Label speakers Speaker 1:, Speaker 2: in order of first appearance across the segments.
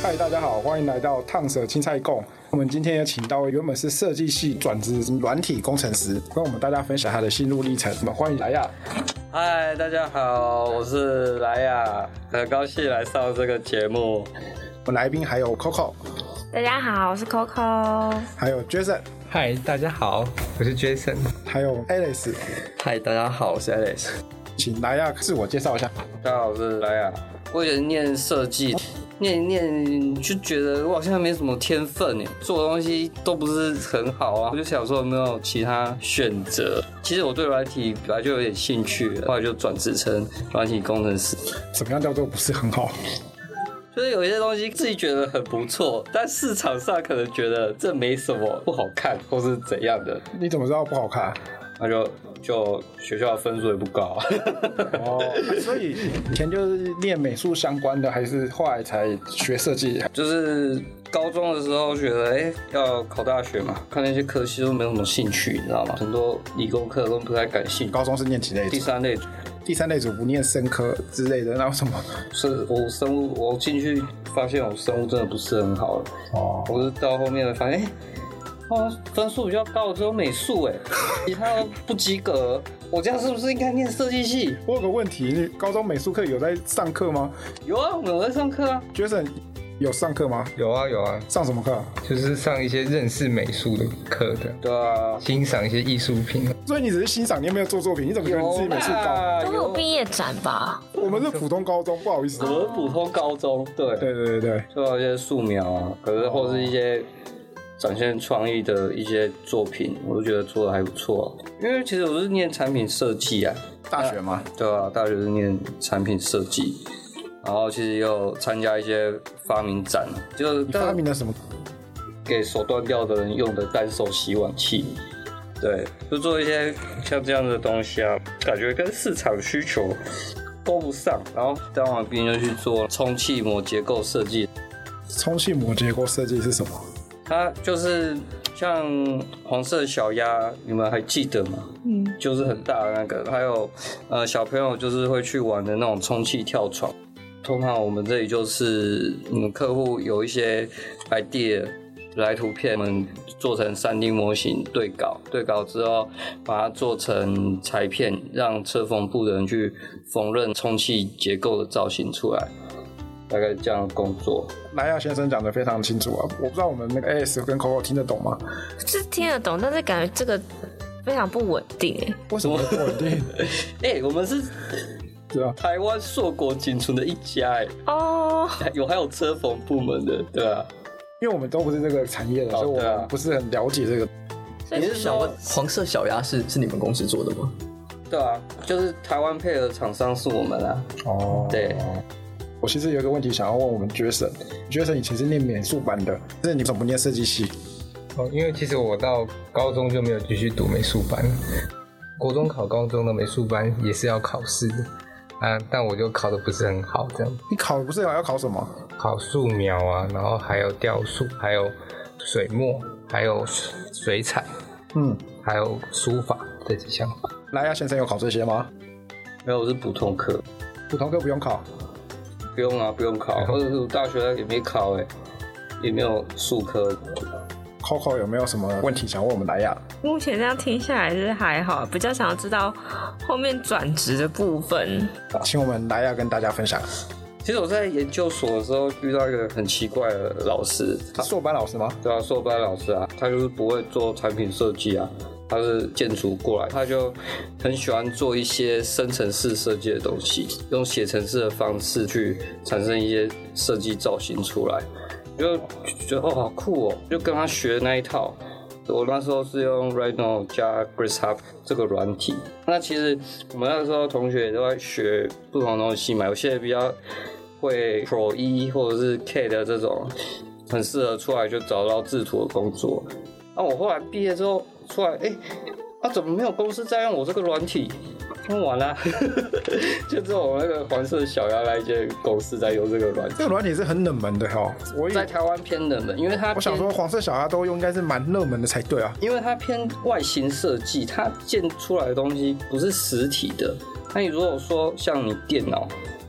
Speaker 1: 嗨，大家好，欢迎来到烫手青菜供。我们今天也请到原本是设计系转职
Speaker 2: 软体工程师，
Speaker 1: 跟我们大家分享他的心路历程。我们欢迎莱亚。
Speaker 3: 嗨，大家好，我是莱雅，很高兴来上这个节目。
Speaker 2: 我们来宾还有 Coco，
Speaker 4: 大家好，我是 Coco。
Speaker 2: 还有 Jason，
Speaker 5: 嗨，大家好，我是 Jason。
Speaker 2: 还有 Alice，
Speaker 6: 嗨，大家好，我是 Alice。
Speaker 2: 请莱亚自我介绍一下。
Speaker 3: 大家好，我是莱雅。我以前念设计，念一念就觉得我好像没什么天分哎，做的东西都不是很好啊。我就想说有没有其他选择。其实我对软体本来就有点兴趣，后来就转职成软体工程师。
Speaker 1: 怎么样叫做不是很好？
Speaker 3: 就是有一些东西自己觉得很不错，但市场上可能觉得这没什么不好看或是怎样的，
Speaker 2: 你怎么知道不好看？
Speaker 3: 那就就学校的分数也不高、啊。
Speaker 1: 哦，所以以前就是念美术相关的，还是后来才学设计？
Speaker 3: 就是高中的时候觉得，哎、要考大学嘛，看那些科系都没有什么兴趣，你知道吗？很多理工科都不太感兴趣。
Speaker 2: 高中是念几类
Speaker 3: 第
Speaker 2: 组？
Speaker 3: 三类
Speaker 2: 第三类组不念生科之类的，那为什么？
Speaker 3: 是我生物，我进去发现我生物真的不是很好了。
Speaker 2: 哦，
Speaker 3: 我是到后面才发现，哎、哦，分数比较高的只有美术， 哎，其他都不及格。我这样是不是应该念设计系？
Speaker 2: 我有个问题，你高中美术课有在上课吗
Speaker 3: 有啊，我有在上课啊。
Speaker 2: ？Jason 有上课吗？
Speaker 5: 有啊有啊，
Speaker 2: 上什么课？
Speaker 5: 就是上一些认识美术的课的，
Speaker 3: 对啊，
Speaker 5: 欣赏一些艺术品。
Speaker 2: 所以你只是欣赏，你有没有做作品？你怎么觉得你自己美术高？
Speaker 3: 啦
Speaker 4: 都有
Speaker 3: 有
Speaker 4: 毕业展吧？
Speaker 2: 我们是普通高中，不好意思。
Speaker 3: 我是普通高中，对
Speaker 2: 对对对对，
Speaker 3: 做一些素描啊，可是或是一些展现创意的一些作品，我都觉得做的还不错、啊。因为其实我是念产品设计啊，
Speaker 2: 大学吗？
Speaker 3: 对啊，大学是念产品设计，然后其实也有参加一些发明展，就是
Speaker 2: 你发明了什么？
Speaker 3: 给手断掉的人用的单手洗碗器。对，就做一些像这样的东西啊，感觉跟市场需求勾不上。然后当完兵就去做充气膜结构设计，
Speaker 2: 充气膜结构设计是什么？
Speaker 3: 它就是像黄色小鸭，你们还记得吗？嗯，就是很大的那个，还有呃小朋友就是会去玩的那种充气跳床。通常我们这里就是你们客户有一些 idea 来图片，我们做成 3D 模型对稿，对稿之后把它做成裁片，让车缝部的人去缝纫充气结构的造型出来，大概这样的工作。
Speaker 2: 莱亚先生讲的非常清楚啊，我不知道我们那个 AS 跟 Coco 听得懂吗？
Speaker 4: 是听得懂，但是感觉这个非常不稳定哎。
Speaker 2: 为什么不稳定？
Speaker 3: 哎、我们是
Speaker 2: 对啊，
Speaker 3: 台湾硕果仅存的一家哎、
Speaker 4: 哦，
Speaker 3: 有还有车缝部门的，对啊，
Speaker 2: 因为我们都不是这个产业的，
Speaker 3: 哦
Speaker 2: 所以我
Speaker 3: 对啊
Speaker 2: 们不是很了解这个。
Speaker 4: 所
Speaker 3: 你
Speaker 4: 以
Speaker 3: 是
Speaker 6: 想问
Speaker 3: 说，
Speaker 6: 黄色小鸭是是你们公司做的吗？
Speaker 3: 对啊，就是台湾配合厂商是我们啊，
Speaker 2: 哦，
Speaker 3: 对，
Speaker 2: 我其实有一个问题想要问我们 Jason，Jason 以前是念美术班的，但是你怎么不念设计系？
Speaker 5: 哦，因为其实我到高中就没有继续读美术班，国中考高中的美术班也是要考试的啊，但我就考的不是很好，这样
Speaker 2: 你考不是要考什么？
Speaker 5: 考素描啊，然后还有雕塑，还有水墨，还有水水彩，
Speaker 2: 嗯，
Speaker 5: 还有书法这几项。
Speaker 2: 莱亚先生有考这些吗？
Speaker 3: 没有我是普通科，
Speaker 2: 普通科不用考，
Speaker 3: 不用啊，不用考，或者是我大学也没考哎、也没有数科，
Speaker 2: Coco 有没有什么问题想问我们莱亚？
Speaker 4: 目前这样听下来是还好，比较想要知道后面转职的部分。
Speaker 2: 啊请我们莱亚跟大家分享。
Speaker 3: 其实我在研究所的时候遇到一个很奇怪的老师，他
Speaker 2: 硕班老师吗？
Speaker 3: 对啊，硕班老师啊，他就是不会做产品设计啊，他是建筑过来，他就很喜欢做一些生成式设计的东西，用写程式的方式去产生一些设计造型出来，就觉得哦好酷哦，就跟他学那一套。我那时候是用 Rhino 加 GraceHub 这个软体。那其实我们那时候同学也都在学不同的东西嘛，有些比较会 Pro 一或者是 K 的这种，很适合出来就找到制图的工作。那、我后来毕业之后出来，哎、啊怎么没有公司在用我这个软体？用完了、 就只有我那个黄色小鸭那一间公司在用这个软体
Speaker 2: 这，个软体是很冷门的哈，我以
Speaker 3: 在台湾偏冷门，因为它
Speaker 2: 我想
Speaker 3: 偏
Speaker 2: 说黄色小鸭都用应该是蛮热门的才对啊。
Speaker 3: 因为它偏外形设计，它建出来的东西不是实体的。那你如果说像你电脑，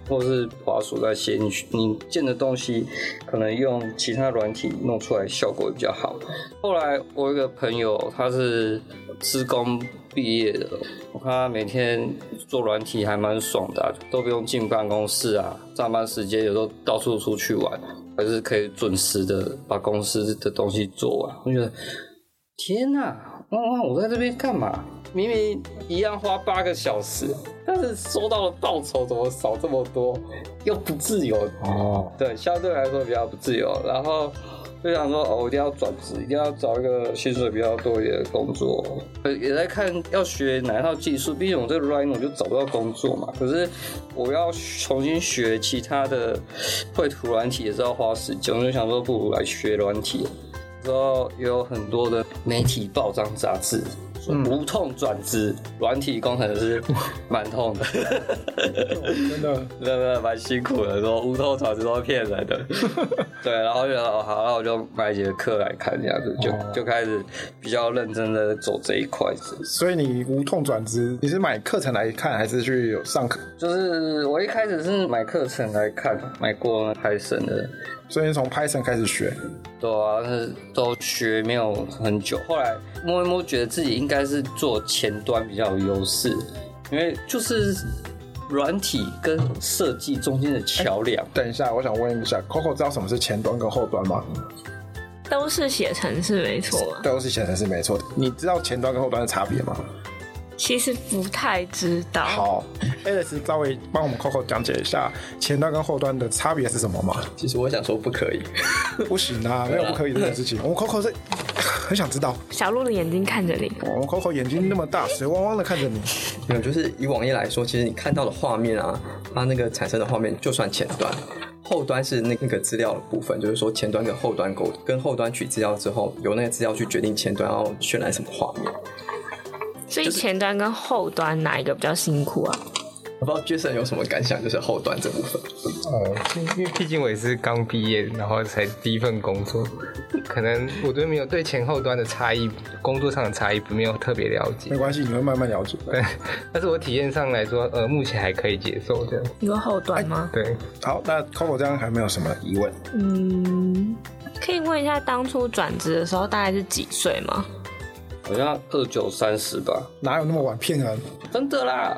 Speaker 3: 或是滑鼠那些，你你建的东西可能用其他软体弄出来效果比较好。后来我有一个朋友，他是职工毕业的，我看他每天做软体还蛮爽的啊、都不用进办公室啊，上班时间有时候到处出去玩，还是可以准时的把公司的东西做完。我觉得天呐、汪汪，我在这边干嘛？明明一样花八个小时，但是收到的报酬怎么少这么多？又不自由
Speaker 2: 哦，
Speaker 3: 对，相对来说比较不自由。然后就想说，哦，我一定要转职，一定要找一个薪水比较多一点的工作。呃，也在看要学哪一套技术，毕竟我这个 Rhino 就找不到工作嘛。可是我要重新学其他的绘图软体也是要花时间，我就想说，不如来学软体。之后也有很多的媒体报章杂志。说
Speaker 2: 嗯
Speaker 3: 无痛转职，软体工程师蛮痛的，
Speaker 2: 真的
Speaker 3: 没有没有，蛮辛苦的，说无头草子都是骗人的。对，然后就哦好，那我就买几个课来看，这样子就、就开始比较认真的走这一块子。
Speaker 2: 所以你无痛转职，你是买课程来看，还是去有上课？
Speaker 3: 就是我一开始是买课程来看，买过海神的，
Speaker 2: 所以你从 Python 开始学，
Speaker 3: 对啊，但是都学没有很久，后来摸一摸，觉得自己应该是做前端比较有优势，因为就是软体跟设计中间的桥梁。
Speaker 2: 等一下，我想问一下，Coco 知道什么是前端跟后端吗？
Speaker 4: 都是写程式没错嘛。
Speaker 2: 对，我是写程式没错的。你知道前端跟后端的差别吗？
Speaker 4: 其实不太知道。
Speaker 2: 好，Alice 稍微帮我们 Coco 讲解一下前端跟后端的差别是什么吗？
Speaker 6: 其实我想说不 可以，
Speaker 2: 不行啊，没有不可以这件事情。我们 Coco 是 很想知道，
Speaker 4: 小鹿的眼睛看着你，
Speaker 2: 我们 Coco 眼睛那么大，水汪汪的看着你。
Speaker 6: 没有，就是以网页来说，其实你看到的画面啊，它那个产生的画面就算前端，后端是那那个资料的部分，就是说前端跟后端沟跟后端取资料之后，由那个资料去决定前端要渲染什么画面。
Speaker 4: 所以前端跟后端哪一个比较辛苦啊？
Speaker 6: 我不知道 Jason 有什么感想，就是后端这部分。
Speaker 5: 哦，
Speaker 2: 嗯
Speaker 5: 因为毕竟我也是刚毕业，然后才第一份工作，可能我对没有对前后端的差异，工作上的差异没有特别了解
Speaker 2: 没。关系，你会慢慢了解。
Speaker 5: 对，但是我体验上来说，呃，目前还可以接受这样。
Speaker 4: 你说后端吗？
Speaker 5: 对，
Speaker 2: 好，那 Coco 这样还没有什么疑问。
Speaker 4: 嗯，可以问一下当初转职的时候大概是几岁吗？
Speaker 3: 好像二九三十吧，
Speaker 2: 哪有那么晚骗人？
Speaker 3: 真的啦，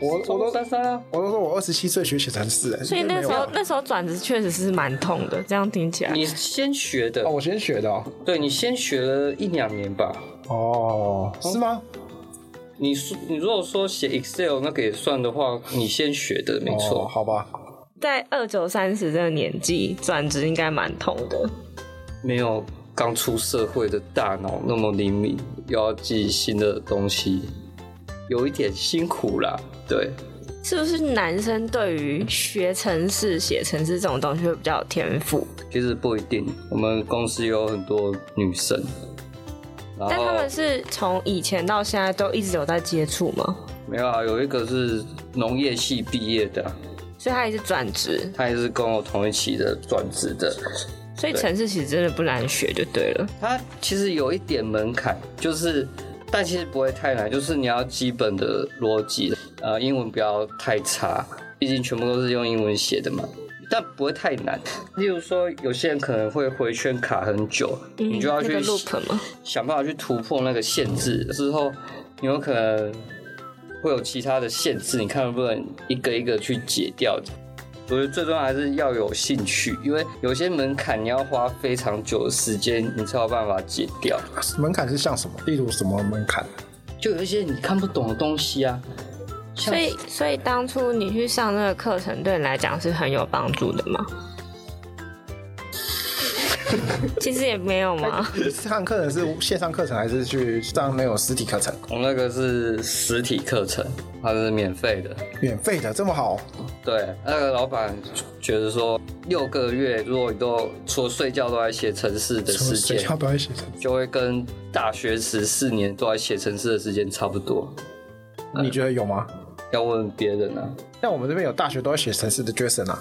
Speaker 2: 我我都
Speaker 3: 三三啊，
Speaker 2: 我都说我二十七岁学写程式、欸，
Speaker 4: 所以那
Speaker 2: 没有
Speaker 4: 时候
Speaker 2: 啊
Speaker 4: 那时候转职确实是蛮痛的，这样听起来。
Speaker 3: 你先学的
Speaker 2: 哦，，我先学的哦，
Speaker 3: 对你先学了一两年吧。
Speaker 2: 哦是吗？
Speaker 3: 你说你如果说写 Excel 那个也算的话，你先学的没
Speaker 2: 哦
Speaker 3: 错，
Speaker 2: 好吧，
Speaker 4: 在二九三十这个年纪转职应该蛮痛的。
Speaker 3: 没有刚出社会的大脑那么灵敏，又要记新的东西，有一点辛苦啦。对，
Speaker 4: 是不是男生对于学程式、写程式这种东西会比较有天赋？
Speaker 3: 其实不一定，我们公司有很多女生，
Speaker 2: 哦
Speaker 3: 然
Speaker 4: 但他
Speaker 3: 后
Speaker 4: 们是从以前到现在都一直有在接触吗？
Speaker 3: 没有啊，有一个是农业系毕业的啊，
Speaker 4: 所以他也是转职，
Speaker 3: 她也是跟我同一期的转职的，
Speaker 4: 所以程式其实真的不难学就对了。
Speaker 3: 它其实有一点门槛，就是，但其实不会太难，就是你要基本的逻辑，呃，英文不要太差，毕竟全部都是用英文写的嘛。但不会太难，例如说，有些人可能会回圈卡很久，你就要去
Speaker 4: 嗯那个 loop 吗？
Speaker 3: 想办法去突破那个限制之后，你有可能会有其他的限制，你看能不能一个一个去解掉。我觉得最重要还是要有兴趣，因为有些门槛你要花非常久的时间，你才有办法解掉。
Speaker 2: 门槛是像什么？例如什么门槛？
Speaker 3: 就有一些你看不懂的东西啊，像
Speaker 4: 所以，所以当初你去上那个课程，对你来讲是很有帮助的 吗？其实也没有嘛，
Speaker 2: 上课程是线上课程还是去上那种实体课程？
Speaker 3: 我那个是实体课程，它是免费的。
Speaker 2: 免费的这么好？
Speaker 3: 对，那个老板觉得说，六个月如果你都除了睡觉都在写城市的时
Speaker 2: 谁
Speaker 3: 间，
Speaker 2: 要不要写程式？
Speaker 3: 就会跟大学时四年都在写程式的时间差不多。
Speaker 2: 你觉得有吗？
Speaker 3: 要问别人啊，
Speaker 2: 像我们这边有大学都要写程式的 Jason 啊，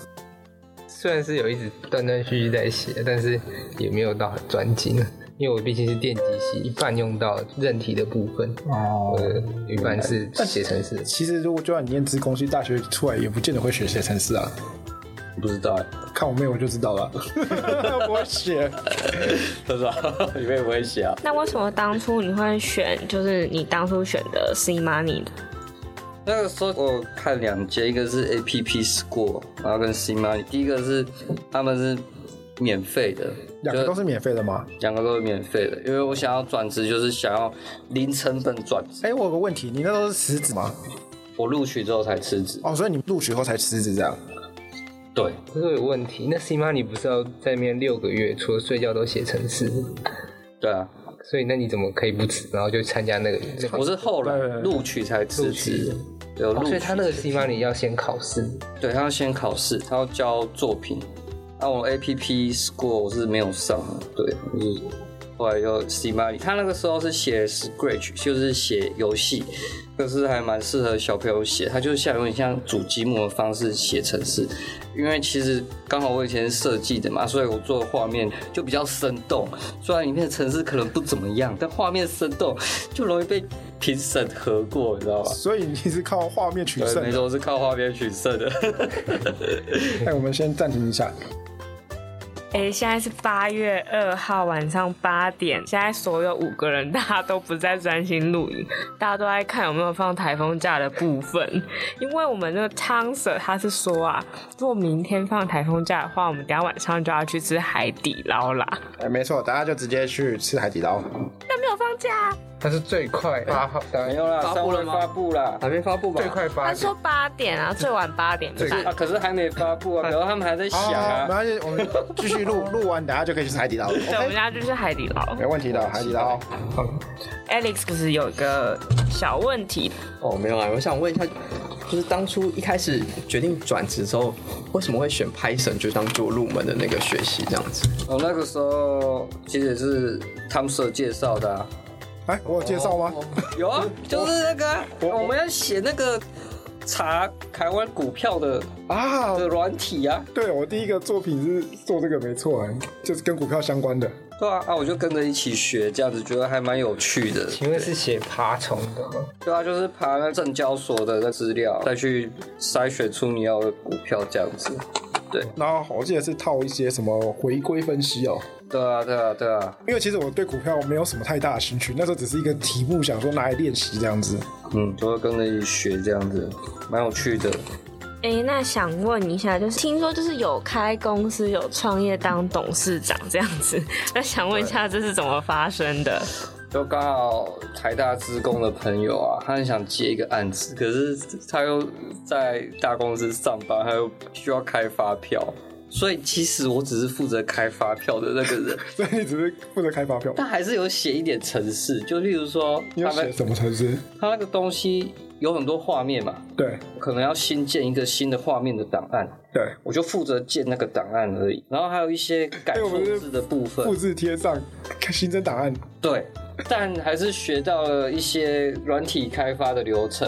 Speaker 5: 虽然是有一直断断续续在写，但是也没有到很专精。啊因为我毕竟是电机系，一半用到韧体的部分，
Speaker 2: 哦。
Speaker 5: 呃，一半是写程式。
Speaker 2: 其实如果就算你念资工系，大学出来也不见得会学写程式啊。
Speaker 3: 不知道 哎，
Speaker 2: 看我妹我就知道 了，不会写。
Speaker 3: 不知道 你会不会写啊？
Speaker 4: 那为什么当初你会选，就是你当初选的 C Money 的？
Speaker 3: 那个时候我看两间，一个是 A P P Score，然后跟 C Money，第一个是他们是免费的，
Speaker 2: 两个
Speaker 3: 就
Speaker 2: 都是免费的吗？
Speaker 3: 两个都是免费的，因为我想要转职，就是想要零成本转职。
Speaker 2: 哎、我有个问题，你那都是辞职吗？
Speaker 3: 我录取之后才辞职，
Speaker 2: 哦，所以你录取后才辞职这样？
Speaker 3: 对，
Speaker 5: 可是我有问题，那 C m o 你不是要在那边六个月，除了睡觉都写程式，
Speaker 3: 对啊，
Speaker 5: 所以那你怎么可以不辞，然后就参加那个？那个
Speaker 3: 我是后来录取才辞职，有
Speaker 5: 哦
Speaker 3: 录
Speaker 5: 所
Speaker 3: 取，
Speaker 5: 以他那个 C m o 要先考试，
Speaker 3: 对他要先考试，他要交作品。那我 A P P Score 我是没有上的，对，就是后来又 C Money，他那个时候是写 Scratch，就是写游戏，可是还蛮适合小朋友写，他就是像有点像主积木的方式写程式，因为其实刚好我以前是设计的嘛，所以我做的画面就比较生动，虽然里面的程式可能不怎么样，但画面生动就容易被评审核过，你知道吧？
Speaker 2: 所以你是靠画面取
Speaker 3: 对，
Speaker 2: 胜
Speaker 3: 没
Speaker 2: 的。
Speaker 3: 错，我是靠画面取胜的。
Speaker 2: 哎、我们先暂停一下。
Speaker 4: 哎、现在是八月二号晚上八点，现在所有五个人大家都不在专心录影，大家都在看有没有放台风假的部分。因为我们那个汤 Sir 他是说啊，如果明天放台风假的话，我们等一下晚上就要去吃海底捞啦。
Speaker 2: 哎、没错，大家就直接去吃海底捞。
Speaker 4: 但没有放假啊，
Speaker 5: 他是最快八号，
Speaker 3: 没有哎啦，
Speaker 6: 发
Speaker 3: 上
Speaker 6: 布了
Speaker 3: 回
Speaker 6: 吗
Speaker 3: 发布啦。
Speaker 6: 还没发布吧
Speaker 5: 最？快八
Speaker 4: 他说八点啊，最晚八点半。
Speaker 3: 啊，可是还没发布啊，然后他们还在想
Speaker 2: 哦没
Speaker 3: 啊。
Speaker 2: 关系，我们继续录，录完等下就可以去吃海底捞。
Speaker 4: 对，我们
Speaker 2: OK，
Speaker 4: 家就是海底捞。
Speaker 2: 没问题的，海底捞。
Speaker 4: Alex 可是有一个小问题，
Speaker 6: 哦，没有啊，我想问一下，就是当初一开始决定转职之后，为什么会选 Python 就当做入门的那个学习这样子？
Speaker 3: 我哦那个时候其实也是他们社介绍的、啊，
Speaker 2: 哎、我有介绍吗？
Speaker 3: 有啊，就是那个、啊、我们要写那个查台湾股票的
Speaker 2: 啊，
Speaker 3: 的软体啊，
Speaker 2: 对，我第一个作品是做这个，没错，哎就是跟股票相关的。
Speaker 3: 对啊，啊我就跟着一起学，这样子觉得还蛮有趣的。
Speaker 5: 请问是写爬虫的哦吗？
Speaker 3: 对啊，就是爬那证交所的那资料，再去筛选出你要的股票这样子。
Speaker 2: 然后我记得是套一些什么回归分析哦，
Speaker 3: 对啊，对啊，对啊，
Speaker 2: 因为其实我对股票没有什么太大的兴趣，那时候只是一个题目，想说拿来练习这样子。
Speaker 3: 嗯，就会跟着一起学这样子，蛮有趣的。
Speaker 4: 哎、那想问一下，就是听说就是有开公司、有创业当董事长这样子，那想问一下这是怎么发生的？
Speaker 3: 就刚好台大职工的朋友啊，他很想接一个案子，可是他又在大公司上班，他又需要开发票，所以其实我只是负责开发票的那个 人，
Speaker 2: 所以你只是负责开发票，
Speaker 3: 但还是有写一点程式，就例如说
Speaker 2: 你有
Speaker 3: 他
Speaker 2: 写
Speaker 3: 们
Speaker 2: 什么程式？
Speaker 3: 他那个东西有很多画面嘛，
Speaker 2: 对
Speaker 3: 可能要新建一个新的画面的档案，
Speaker 2: 对，
Speaker 3: 我就负责建那个档案而已，然后还有一些改
Speaker 2: 哎我
Speaker 3: 错
Speaker 2: 们是
Speaker 3: 字的部分，
Speaker 2: 复制贴上新增档案。
Speaker 3: 对，但还是学到了一些软体开发的流程，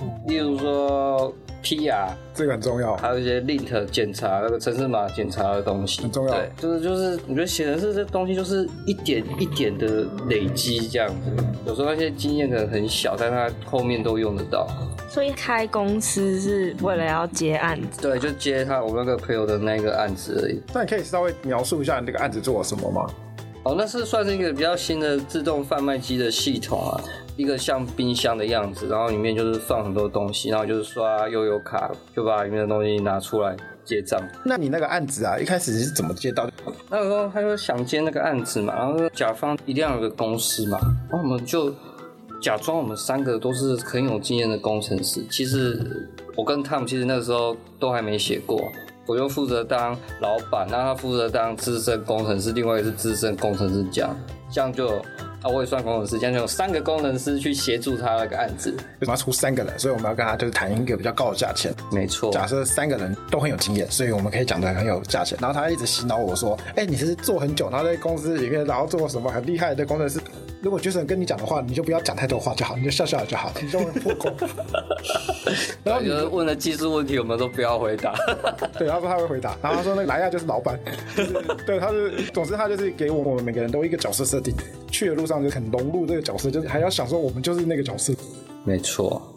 Speaker 2: 嗯
Speaker 3: 例如说 PR，
Speaker 2: 这个很重要。
Speaker 3: 还有一些 lint 检查那个城市码检查的东西，
Speaker 2: 很重要
Speaker 3: 对，就是就是，我觉得写程式这东西就是一点一点的累积这样子，有时候那些经验可能很小，但它后面都用得到。
Speaker 4: 所以开公司是为了要接案子，
Speaker 3: 对，就接他我那个朋友的那个案子而已。
Speaker 2: 那你可以稍微描述一下你这个案子做了什么吗？
Speaker 3: 哦，那是算是一个比较新的自动贩卖机的系统啊，一个像冰箱的样子，然后里面就是放很多东西，然后就是刷悠游卡，就把里面的东西拿出来结账。
Speaker 2: 那你那个案子啊，一开始是怎么接到？
Speaker 3: 那个时候他就想接那个案子嘛，然后甲方一定要有个公司嘛，然后我们就假装我们三个都是很有经验的工程师。其实我跟他们其实那个时候都还没写过，我就负责当老板，那他负责当资深工程师，另外一个是资深工程师奖，这样就有啊，我也算工程师，这样就有三个工程师去协助他那个案子。
Speaker 2: 我们要出三个人，所以我们要跟他就是谈一个比较高的价钱。
Speaker 3: 没错，
Speaker 2: 假设三个人都很有经验，所以我们可以讲的很有价钱。然后他一直洗脑我说：“哎、你是做很久，然后在公司里面，然后做什么很厉害的工程师。”如果 Jason 跟你讲的话，你就不要讲太多话就好，你就笑笑就好，你就破功。然后
Speaker 3: 我
Speaker 2: 你
Speaker 3: 就是问了技术问题，我们都不要回答。
Speaker 2: 对，他说他会回答，然后他说那个莱亚就是老板， 就是对，他是，总之他就是给我们每个人都一个角色设定，去的路上就很融入这个角色，就是还要想说我们就是那个角色。
Speaker 3: 没错，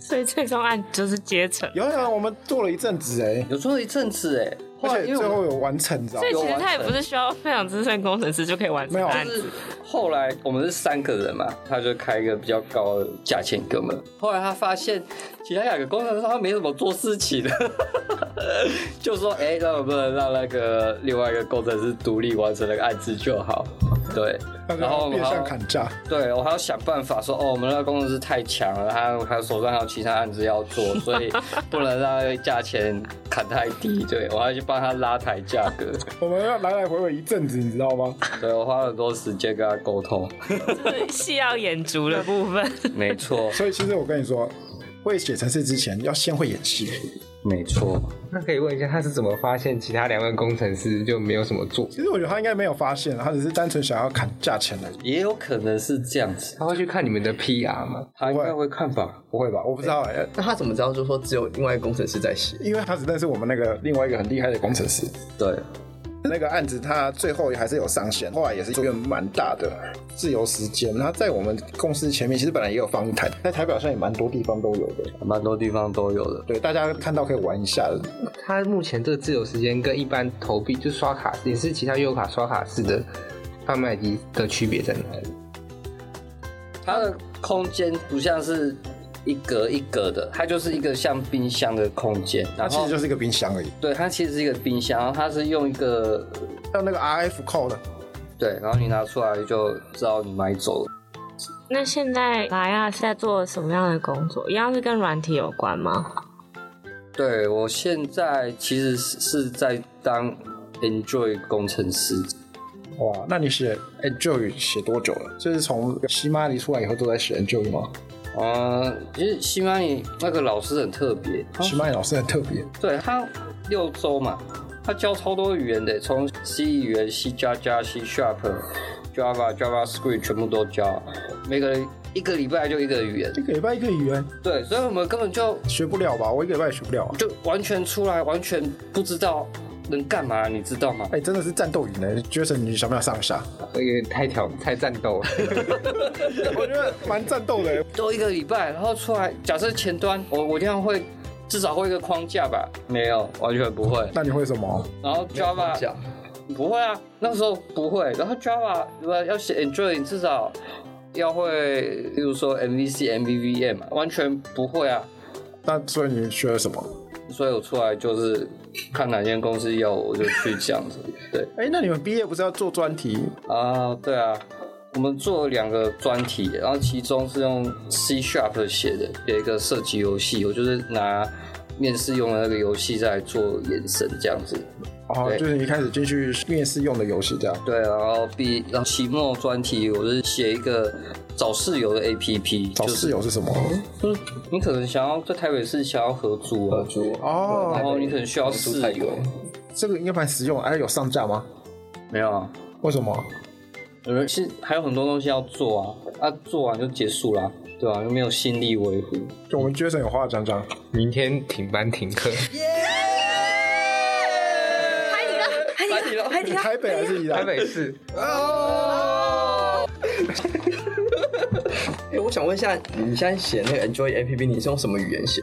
Speaker 4: 所以最终案就是阶层。
Speaker 2: 有有，我们做了一阵子哎，
Speaker 3: 有做了一阵子哎，后来
Speaker 2: 而且
Speaker 3: 因为
Speaker 2: 最
Speaker 3: 我
Speaker 2: 后有完成，你知道吗
Speaker 4: 所以？其
Speaker 3: 有
Speaker 4: 实
Speaker 3: 完
Speaker 4: 他也
Speaker 3: 成
Speaker 4: 不是需要非常资深工程师就可以完成
Speaker 2: 没有
Speaker 4: 案
Speaker 3: 就
Speaker 4: 子。
Speaker 3: 是后来我们是三个人嘛，他就开一个比较高的价钱给我们。后来他发现其他两个工程师他没怎么做事情， 就说：“哎、那我们让那个另外一个工程师独立完成那个案子就好。”对，然后我们
Speaker 2: 变
Speaker 3: 还要
Speaker 2: 相砍价，
Speaker 3: 对我还要想办法说，哦，我们那个工程师太强了，他还有手上还有其他案子要做，所以不能让那个价钱砍太低。对我还要去帮他拉抬价格，
Speaker 2: 我们要来来回回一阵子，你知道吗？
Speaker 3: 对我花了很多时间跟他沟通。
Speaker 4: 就是戏要演足的部分。
Speaker 3: 没错，
Speaker 2: 所以其实我跟你说，会写程式之前要先会演戏。
Speaker 3: 没错。
Speaker 5: 那可以问一下，他是怎么发现其他两位工程师就没有什么做？
Speaker 2: 其实我觉得他应该没有发现，他只是单纯想要砍价钱而已。
Speaker 3: 也有可能是这样子，
Speaker 5: 他会去看你们的 PR 吗？
Speaker 3: 他应该会看吧。
Speaker 2: 不会吧？我不知道哎、
Speaker 6: 那他怎么知道就是说只有另外一个工程师在写？
Speaker 2: 因为他只认识我们那个另外一个很厉害的工程师。
Speaker 3: 对，
Speaker 2: 那个案子他最后还是有上线，后来也是作用蛮大的自由时间。然后在我们公司前面，其实本来也有放一台，在台表上也蛮多地方都有的。
Speaker 3: 蛮多地方都有的。
Speaker 2: 对，大家看到可以玩一下的。
Speaker 5: 他目前这个自由时间跟一般投币就刷卡也是其他优卡刷卡式的贩卖机的区别在哪里？
Speaker 3: 它的空间不像是一格一格的，它就是一个像冰箱的空间。
Speaker 2: 它
Speaker 3: 然
Speaker 2: 其
Speaker 3: 后
Speaker 2: 实就是一个冰箱而已，
Speaker 3: 对，它其实是一个冰箱，然后它是用一个
Speaker 2: 像那个 RF 扣的，
Speaker 3: 对，然后你拿出来就知道你买走了。
Speaker 4: 那现在莱亚是在做什么样的工作？一样是跟软体有关吗？
Speaker 3: 对我现在其实是是在当 Enjoy 工程师，
Speaker 2: 哇，那你写 Enjoy 写多久了？就是从西马里出来以后都在写 Enjoy 吗？
Speaker 3: 嗯，其实西班牙那个老师很特别，他
Speaker 2: 西马里老师很特别，
Speaker 3: 对他六周嘛，他教超多语言的，从 C 语言、C 加加、C Sharp、Java、JavaScript 全部都教，每个人一个礼拜就一个语言
Speaker 2: 一。个礼拜一个语言
Speaker 3: 对，所以我们根本就
Speaker 2: 学不了吧？我一个礼拜也学不了、啊。
Speaker 3: 就完全出来，完全不知道能干嘛，你知道吗？
Speaker 2: 哎、真的是战斗营呢，Jason，你想不想上一下？
Speaker 5: 这个太挑太战斗了。
Speaker 2: 我觉得蛮战斗的，
Speaker 3: 都一个礼拜，然后出来，假设前端我我一定会至少会一个框架吧？没有，完全不会。
Speaker 2: 那你会什么？
Speaker 3: 然后 Java
Speaker 6: 讲
Speaker 3: 不会啊，那时候不会。然后 Java 如果要写 Enjoy，你至少要会，例如说 MVC、MVVM，嘛啊完全不会啊。
Speaker 2: 那所以你学了什么？
Speaker 3: 所以我出来就是看哪间公司要我，我就去这样子。对
Speaker 2: 哎、那你们毕业不是要做专题？
Speaker 3: 啊，对啊，我们做了两个专题，然后其中是用 C Sharp 写的，有一个射击游戏，我就是拿面试用的那个游戏再来做延伸这样子。
Speaker 2: 哦，
Speaker 3: 对
Speaker 2: 就是你一开始进去面试用的游戏这样。
Speaker 3: 对，然后毕然后期末专题，我是写一个找室友的 APP，
Speaker 2: 找
Speaker 3: 就是
Speaker 2: 室友是什么？
Speaker 3: 就是你可能想要在台北市想要合租啊，
Speaker 6: 猪
Speaker 3: 然
Speaker 2: 哦，
Speaker 3: 后你可能需要室
Speaker 6: 太
Speaker 3: 友
Speaker 6: 油，，
Speaker 2: 这个应该蛮实用。哎，有上架吗？
Speaker 3: 没有啊？
Speaker 2: 为什么？
Speaker 3: 有人是还有很多东西要做啊，啊做完就结束啦，对吧、又没有心力维护。
Speaker 2: 就我们 Jason 有话讲讲。
Speaker 5: 明天停班停课，
Speaker 3: 海底捞，海底
Speaker 2: 台北还是宜
Speaker 5: 台
Speaker 2: 兰？
Speaker 5: 北市
Speaker 6: 哎，我想问一下，你现在写那个 Enjoy APP，你是用什么语言写？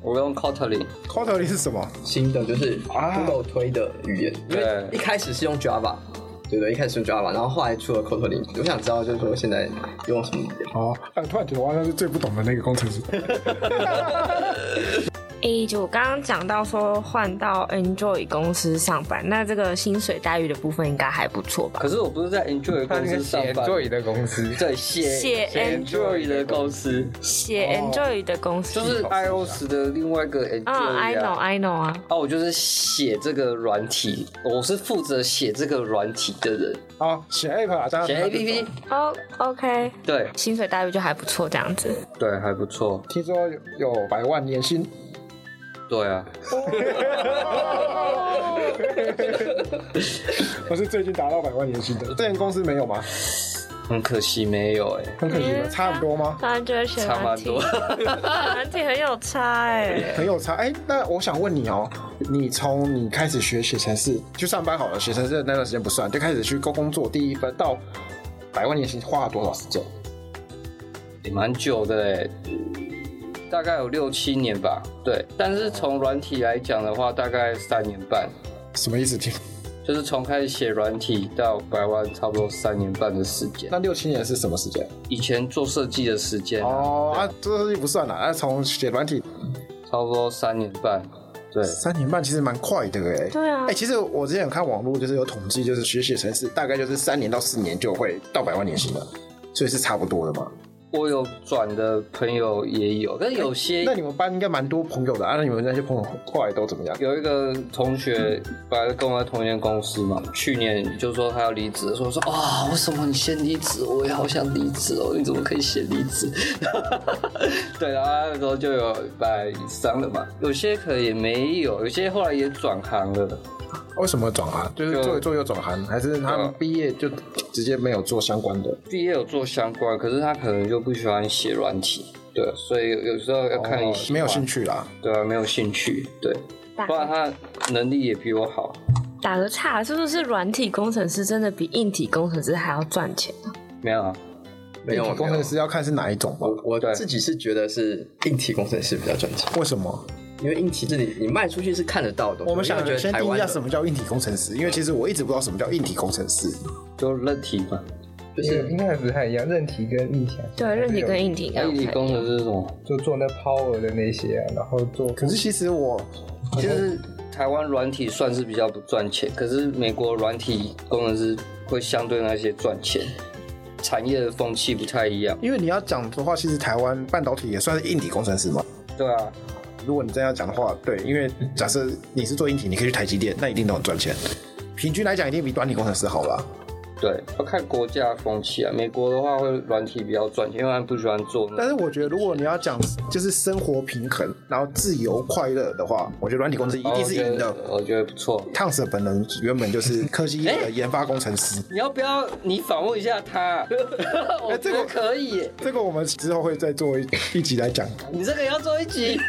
Speaker 3: 我用 Kotlin，
Speaker 2: Quarterly 是什么？
Speaker 6: 新的就是
Speaker 2: 啊
Speaker 6: Google 推的语言，因为
Speaker 3: 对
Speaker 6: 一开始是用 Java，对对，一开始是用 Java，然后后来出了 Kotlin。我想知道就是说现在用什么语言？
Speaker 2: 啊哦，哎，突然觉得我好像是最不懂的那个工程师。
Speaker 4: 诶，就我刚刚讲到说换到 Enjoy 公司上班，那这个薪水待遇的部分应该还不错吧？
Speaker 3: 可是我不是在 Enjoy
Speaker 5: 他
Speaker 3: 公
Speaker 5: 那个
Speaker 3: 司上
Speaker 5: 写
Speaker 3: 班，
Speaker 5: 罪的公司，
Speaker 3: 对，写
Speaker 4: 写
Speaker 3: Enjoy 的公司，
Speaker 4: 写 Enjoy 的公司
Speaker 3: 哦就是 iOS 的另外一个
Speaker 4: 嗯 i
Speaker 3: Enjoy
Speaker 4: know
Speaker 3: 啊。
Speaker 4: I know 啊，
Speaker 3: 哦，我就是写这个软体，我是负责写这个软体的人，
Speaker 2: 啊，写 app 啊，大家
Speaker 3: 写 APP，
Speaker 4: 哦、o k
Speaker 3: 对
Speaker 4: 薪水待遇就还不错这样子。
Speaker 3: 对，还不错，
Speaker 2: 听说有有百万年薪，
Speaker 3: 对啊，
Speaker 2: 我是最近达到百万年薪的。这前公司没有吗？
Speaker 3: 很可惜没有哎、
Speaker 2: 很可惜，差很多吗？
Speaker 4: 当然觉得写
Speaker 3: 差
Speaker 4: 软
Speaker 3: 蛮
Speaker 4: 体
Speaker 3: 多，
Speaker 4: 软体很有差哎、
Speaker 2: 很有差。哎、那我想问你哦、你从你开始学写程式去上班好了，写程式的那段时间不算，就开始去工工作，第一份到百万年薪花了多少时间？
Speaker 3: 也蛮久的哎、大概有六七年吧。对，但是从软体来讲的话，大概三年半，
Speaker 2: 什么意思？听
Speaker 3: 就是从开始写软体到百万，差不多三年半的时间。
Speaker 2: 那六七年是什么时间？
Speaker 3: 以前做设计的时间、
Speaker 2: 哦，啊，这东西不算啦。那从写软体
Speaker 3: 差不多三年半。对，
Speaker 2: 三年半，其实蛮快的哎、
Speaker 4: 对啊
Speaker 2: 哎、其实我之前有看网络，就是有统计，就是学写程式大概就是三年到四年就会到百万年薪了，所以是差不多的嘛。
Speaker 3: 我有转的朋友也有，但有些
Speaker 2: 那你们班应该蛮多朋友的啊，那你们那些朋友后来都怎么样？
Speaker 3: 有一个同学本来跟我在同一间公司嘛，去年就说他要离职，说说啊，为什么你先离职？我也好想离职哦，你怎么可以先离职？ 对，然后他那时候就有百伤了嘛，有些可能也没有，有些后来也转行了。
Speaker 2: 为什么转行？就是
Speaker 3: 就
Speaker 6: 啊
Speaker 2: 做一做又转行，还是他们毕业就直接没有做相关的？
Speaker 3: 毕业有做相关，可是他可能就不喜欢写软体，对，所以有有时候要看你、
Speaker 2: 哦没有兴，趣啦。
Speaker 3: 对啊，没有兴趣，对，
Speaker 4: 打
Speaker 3: 不然他能力也比我好，
Speaker 4: 打个岔，是不是软体工程师真的比硬体工程师还要赚钱？
Speaker 3: 没有啊，
Speaker 6: 没有
Speaker 2: 硬体工程师要看是哪一种吧？
Speaker 6: 我我
Speaker 3: 对
Speaker 6: 自己是觉得是硬体工程师比较赚钱，
Speaker 2: 为什么？
Speaker 6: 因为硬体这里你卖出去是看得到的东西。
Speaker 2: 我们想
Speaker 6: 因为觉
Speaker 2: 先
Speaker 6: 得台
Speaker 2: 定义一
Speaker 6: 湾
Speaker 2: 下
Speaker 6: 的
Speaker 2: 什么叫硬体工程师，因为其实我一直不知道什么叫硬体工程师。
Speaker 3: 就认体嘛。
Speaker 6: 就是
Speaker 2: 嗯
Speaker 5: 应该还不太一样，韧体跟硬体还是
Speaker 4: 对，韧体跟硬体应该
Speaker 3: 那
Speaker 4: 不
Speaker 3: 一体
Speaker 4: 太
Speaker 3: 工
Speaker 4: 一样
Speaker 3: 程是什么？
Speaker 5: 就做那 power 的那些啊，然后做
Speaker 2: 可是其实我
Speaker 3: 其实台湾软体算是比较不赚钱，可是美国软体工程师会相对那些赚钱，产业的风气不太一样。
Speaker 2: 因为你要讲的话，其实台湾半导体也算是硬体工程师嘛。
Speaker 3: 对啊，
Speaker 2: 如果你真要讲的话，对，因为假设你是做硬体，你可以去台积电，那一定都很赚钱。平均来讲，一定比软体工程师好吧？
Speaker 3: 对，要看国家的风气啊。美国的话会软体比较赚钱，因为他们不喜欢做那
Speaker 2: 但是我觉得，如果你要讲就是生活平衡，然后自由快乐的话，我觉得软体公司一定是赢的。
Speaker 3: 我觉得不错。
Speaker 2: 烫手本人原本就是科技业的研发工程师，
Speaker 3: 你要不要你访问一下 他？我
Speaker 2: 哎这
Speaker 3: 这
Speaker 2: 个
Speaker 3: 个可以耶，
Speaker 2: 这个我们之后会再做一一集来讲，
Speaker 3: 你这个要做一集。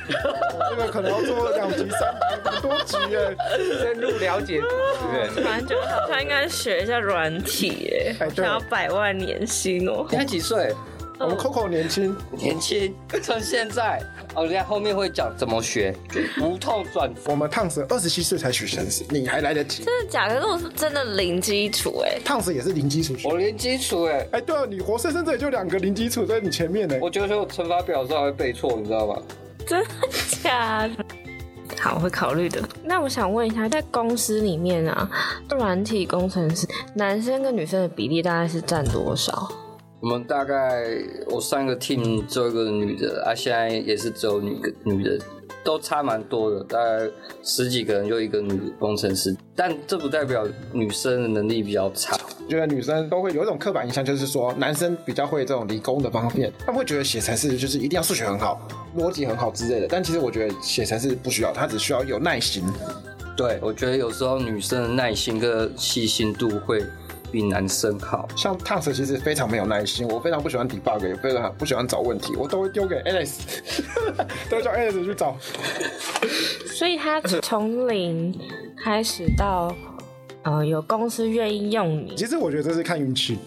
Speaker 2: 这个可能要做两集、三集、多集耶。
Speaker 5: 深入了解主持人。
Speaker 4: 突然觉得好像应该学一下软体耶、
Speaker 2: 哎
Speaker 4: 好
Speaker 2: 对
Speaker 4: 想要百万年薪哦、
Speaker 3: 你才几岁？
Speaker 2: 我们 Coco 年轻，
Speaker 3: 年轻，趁现在。哦，人家后面会讲怎么学，无痛转
Speaker 2: 我们烫手二十七岁才学生死，你还来得及。
Speaker 4: 真的假的？可是我是真的零基础哎、
Speaker 2: 烫手也是零基础学。
Speaker 3: 我连基础哎、
Speaker 2: 哎，对啊，你活生生这里就两个零基础在你前面呢。
Speaker 3: 我觉得我乘法表的时候还会背错，你知道吗？
Speaker 4: 真的假的？好，我会考虑的。那我想问一下，在公司里面啊，软体工程师男生跟女生的比例大概是占多少？
Speaker 3: 我们大概我上个 team 只有一个女的，啊，现在也是只有女个女的，都差蛮多的，大概十几个人就一个女工程师，但这不代表女生的能力比较差。
Speaker 2: 觉得女生都会有一种刻板印象，就是说男生比较会这种理工的方面，他们会觉得写程式就是一定要数学很好、逻辑很好之类的。但其实我觉得写程式不需要，他只需要有耐心。
Speaker 3: 对，我觉得有时候女生的耐心跟细心度会比男生好。
Speaker 2: 像烫手其实非常没有耐心，我非常不喜欢 debug，也非常不喜欢找问题，我都会丢给 Alex，都会叫 Alex 去找。
Speaker 4: 所以他从零开始到呃有公司愿意用你，
Speaker 2: 其实我觉得这是看运气，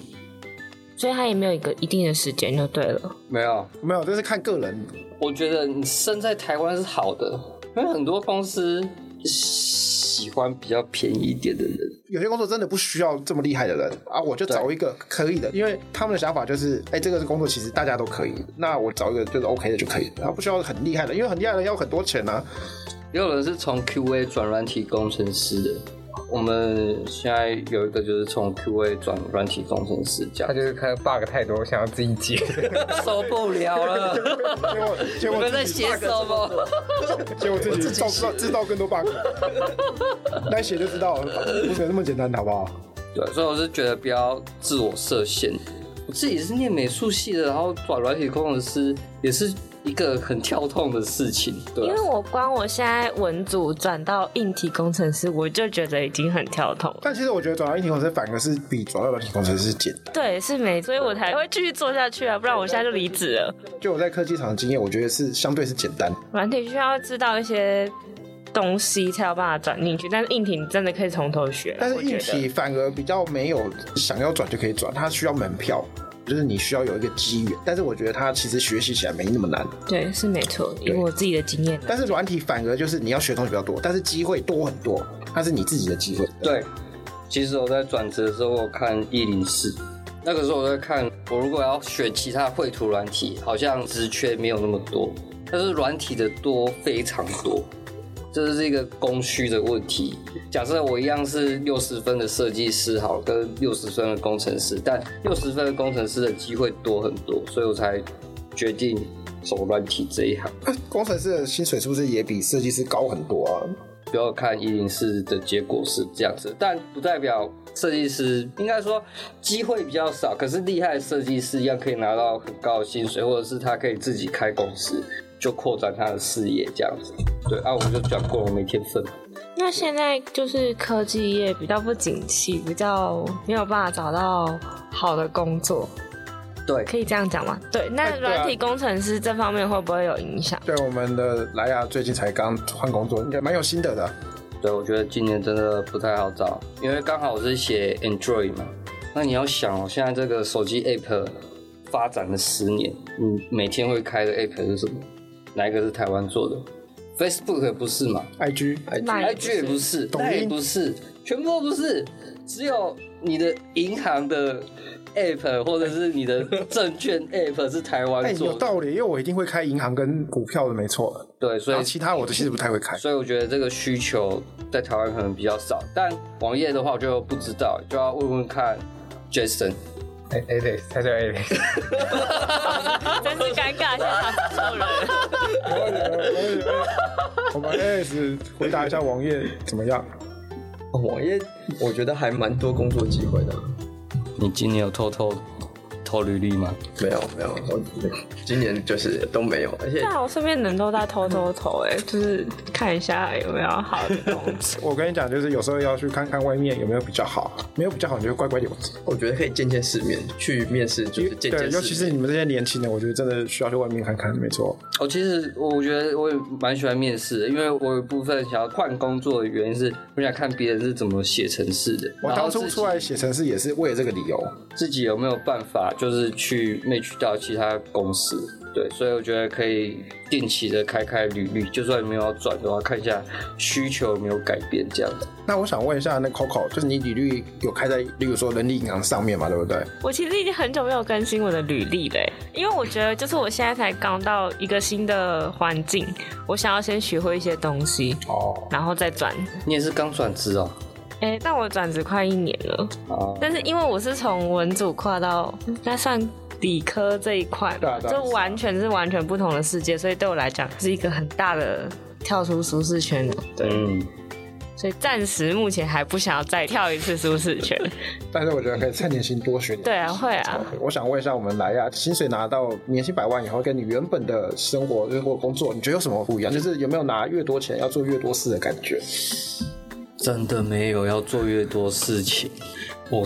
Speaker 4: 所以他也没有一个一定的时间就对了。
Speaker 3: 没有，啊
Speaker 2: 没有，这是看个人。
Speaker 3: 我觉得你生在台湾是好的，因为很多公司喜欢比较便宜一点的人。
Speaker 2: 有些工作真的不需要这么厉害的人啊，我就找一个可以的，因为他们的想法就是，哎、这个工作其实大家都可以，那我找一个就是 OK 的就可以了，然后不需要很厉害的，因为很厉害的人要很多钱 啊。
Speaker 3: 也有人是从 QA 转软体工程师的。我们现在有一个就是从 QA 转软体工程师，这
Speaker 5: 他
Speaker 3: 样
Speaker 5: 就是看 bug 太多，想要自己解。
Speaker 3: 受不了 了。
Speaker 2: 结果结
Speaker 3: 你
Speaker 2: 果
Speaker 3: 们在
Speaker 2: 自己
Speaker 3: 写什么？
Speaker 2: 结果自己造造制造更多 bug，来写就知道了，不是那么简单的好不好？
Speaker 3: 对，所以我是觉得不要自我设限。我自己是念美术系的，然后转软体工程师也是一个很跳痛的事情，对
Speaker 4: 因
Speaker 3: 啊、
Speaker 4: 为我光我现在文组转到硬体工程师，我就觉得已经很跳痛了。
Speaker 2: 但其实我觉得转到硬体工程师反而是比转到软体工程师简单。
Speaker 4: 对，是没，所以我才会继续做下去啊，不然我现在就离职了。
Speaker 2: 就我在科技厂的经验，我觉得是相对是简单。
Speaker 4: 软体需要知道一些东西才有办法转进去，但是硬体你真的可以从头学。
Speaker 2: 但
Speaker 4: 我
Speaker 2: 是
Speaker 4: 觉
Speaker 2: 硬
Speaker 4: 得
Speaker 2: 体反而比较没有想要转就可以转，它需要门票，就是你需要有一个机缘。但是我觉得它其实学习起来没那么难，
Speaker 4: 对是没错，以我自己的经验，
Speaker 2: 但是软体反而就是你要学的东西比较多，但是机会多很多，它是你自己的机会。
Speaker 3: 对，其实我在转职的时候，我有看一零四，那个时候我在看，我如果要选其他绘图软体，好像职缺没有那么多，但是软体的多非常多，这是一个供需的问题。假设我一样是六十分的设计师好了，跟六十分的工程师，但六十分的工程师的机会多很多，所以我才决定走软体这一行。
Speaker 2: 那工程师的薪水是不是也比设计师高很多啊？
Speaker 3: 不要看一零四的结果是这样子，但不代表设计师应该说机会比较少，可是厉害的设计师一样可以拿到很高的薪水，或者是他可以自己开公司，就扩展他的事业这样子。对，啊，我就讲过了，我没天分。
Speaker 4: 那现在就是科技业比较不景气，比较没有办法找到好的工作，
Speaker 3: 对，
Speaker 4: 可以这样讲吗？对，
Speaker 2: 哎
Speaker 4: 那
Speaker 2: 对啊
Speaker 4: 软体工程师这方面会不会有影响？
Speaker 2: 对，我们的莱雅最近才刚换工作，应该蛮有心得的。
Speaker 3: 对，我觉得今年真的不太好找，因为刚好我是写 Android 嘛。那你要想哦，现在这个手机 App 发展了十年，你每天会开的 App 是什么？哪一个是台湾做的？Facebook 也不是嘛？
Speaker 2: IG，
Speaker 4: 那
Speaker 3: IG 哎也不是，
Speaker 2: 哎抖
Speaker 3: 那也
Speaker 2: 音
Speaker 3: 不是，全部都不是，只有你的银行的 app 或者是你的证券 app 是台
Speaker 2: 哎、
Speaker 3: 湾
Speaker 2: 有
Speaker 3: 做的，
Speaker 2: 道理，因为我一定会开银行跟股票的，没错。
Speaker 3: 对，所
Speaker 2: 然后
Speaker 3: 以
Speaker 2: 其他我其实不太会开。
Speaker 3: 所以我觉得这个需求在台湾可能比较少，但网页的话我就不知道，就要问问看 Jason。
Speaker 5: 哎 Alex，他叫 Alex，
Speaker 4: 真是尴尬，现场所有人。
Speaker 2: 我们 AS 回答一下网页怎么样？
Speaker 6: 哦网页我觉得还蛮多工作机会的，
Speaker 3: 你今年有偷偷投履历吗？
Speaker 6: 没有没有，我今年就是都没有，而且
Speaker 4: 对啊，我身边人都在偷偷投、哎，就是看一下有没有好的工作。
Speaker 2: 我跟你讲，就是有时候要去看看外面有没有比较好，没有比较好你就乖乖留着。
Speaker 6: 我觉得可以见见世面，去面试就是见见世
Speaker 2: 对，
Speaker 6: 面，
Speaker 2: 尤其是你们这些年轻人，我觉得真的需要去外面看看，没错。
Speaker 3: 哦，其实我觉得我也蛮喜欢面试的，因为我有一部分想要换工作的原因是，我想看别人是怎么写程式的。
Speaker 2: 我
Speaker 3: 然后
Speaker 2: 当初
Speaker 3: 自己
Speaker 2: 出来写程式也是为了这个理由。
Speaker 3: 自己有没有办法就是去 match 到其他公司。对，所以我觉得可以定期的开开履历，就算没有要转的话，看一下需求有没有改变这样子。
Speaker 2: 那我想问一下，那 Coco，就是你履历有开在，例如说人力银行上面嘛，对不对？
Speaker 4: 我其实已经很久没有更新我的履历了、哎因为我觉得就是我现在才刚到一个新的环境，我想要先学会一些东西，
Speaker 2: 哦，
Speaker 4: 然后再转。
Speaker 3: 你也是刚转职哦？
Speaker 4: 哎、但我转职快一年了，
Speaker 3: 哦，
Speaker 4: 但是因为我是从文组跨到那算理科这一块
Speaker 2: 对
Speaker 4: 嘛，
Speaker 2: 啊对啊
Speaker 4: 就完全是完全不同的世界，所以对我来讲是一个很大的跳出舒适圈的。
Speaker 3: 嗯，
Speaker 4: 所以暂时目前还不想要再跳一次舒适 圈。
Speaker 2: 但是我觉得可以趁年轻多学点。
Speaker 4: 对啊，会啊，
Speaker 2: 我想问一下，我们莱雅薪水拿到年薪百万以后，跟你原本的生活或工作，你觉得有什么不一样？就是有没有拿越多钱要做越多事的感觉？
Speaker 3: 真的没有要做越多事情。我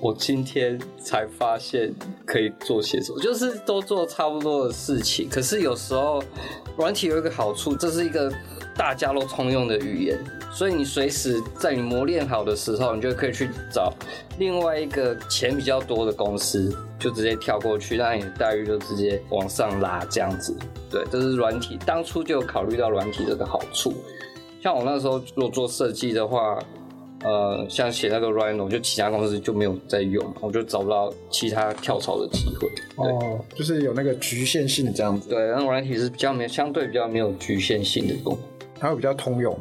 Speaker 3: 我今天才发现可以做些什么，就是都做差不多的事情。可是有时候软体有一个好处，这是一个大家都通用的语言，所以你随时在你磨练好的时候，你就可以去找另外一个钱比较多的公司，就直接跳过去，让你的待遇就直接往上拉这样子。对，这是软体，当初就有考虑到软体这个好处。像我那时候如果做设计的话，呃，像写那个 Rhino，就其他公司就没有在用，我就找不到其他跳槽的机会。对、
Speaker 2: 哦，就是有那个局限性这样子，
Speaker 3: 对，那软体是比较没有相对比较没有局限性的功能。
Speaker 2: 它会比较通用。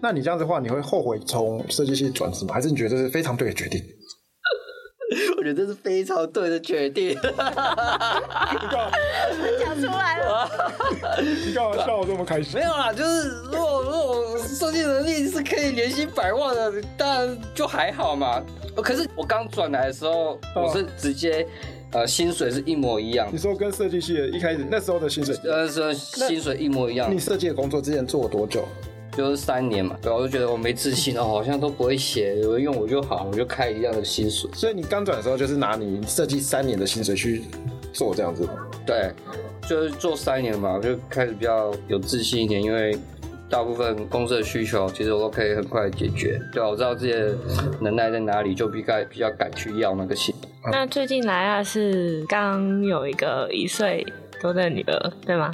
Speaker 2: 那你这样子的话，你会后悔从设计系转职吗？还是你觉得这是非常对的决定？
Speaker 3: 我觉得这是非常对的决定。
Speaker 7: 讲出来了，
Speaker 2: 你干嘛笑我这么开心
Speaker 3: 没？有啦，就是如果如果设计能力是可以年薪百万的，当然就还好嘛。呃可是我刚转来的时候，我是直接呃薪水是一模一样
Speaker 2: 你，说跟设计系的一开始那时候的薪水，
Speaker 3: 呃是薪水一模一样
Speaker 2: 哦你，设计的工作之前做了多久？
Speaker 3: 就是三年嘛。对，我就觉得我没自信哦，好像都不会写，有用我就好，我就开一样的薪水。
Speaker 2: 所以你刚转的时候就是拿你设计三年的薪水去做这样子吗？
Speaker 3: 对，就是做三年吧，我就开始比较有自信一点，因为大部分公司的需求其实我都可以很快解决。对啊，我知道自己的能耐在哪里，就比较比较敢去要那个薪。
Speaker 4: 那最近莱亚是刚有一个一岁多的女儿，对吗？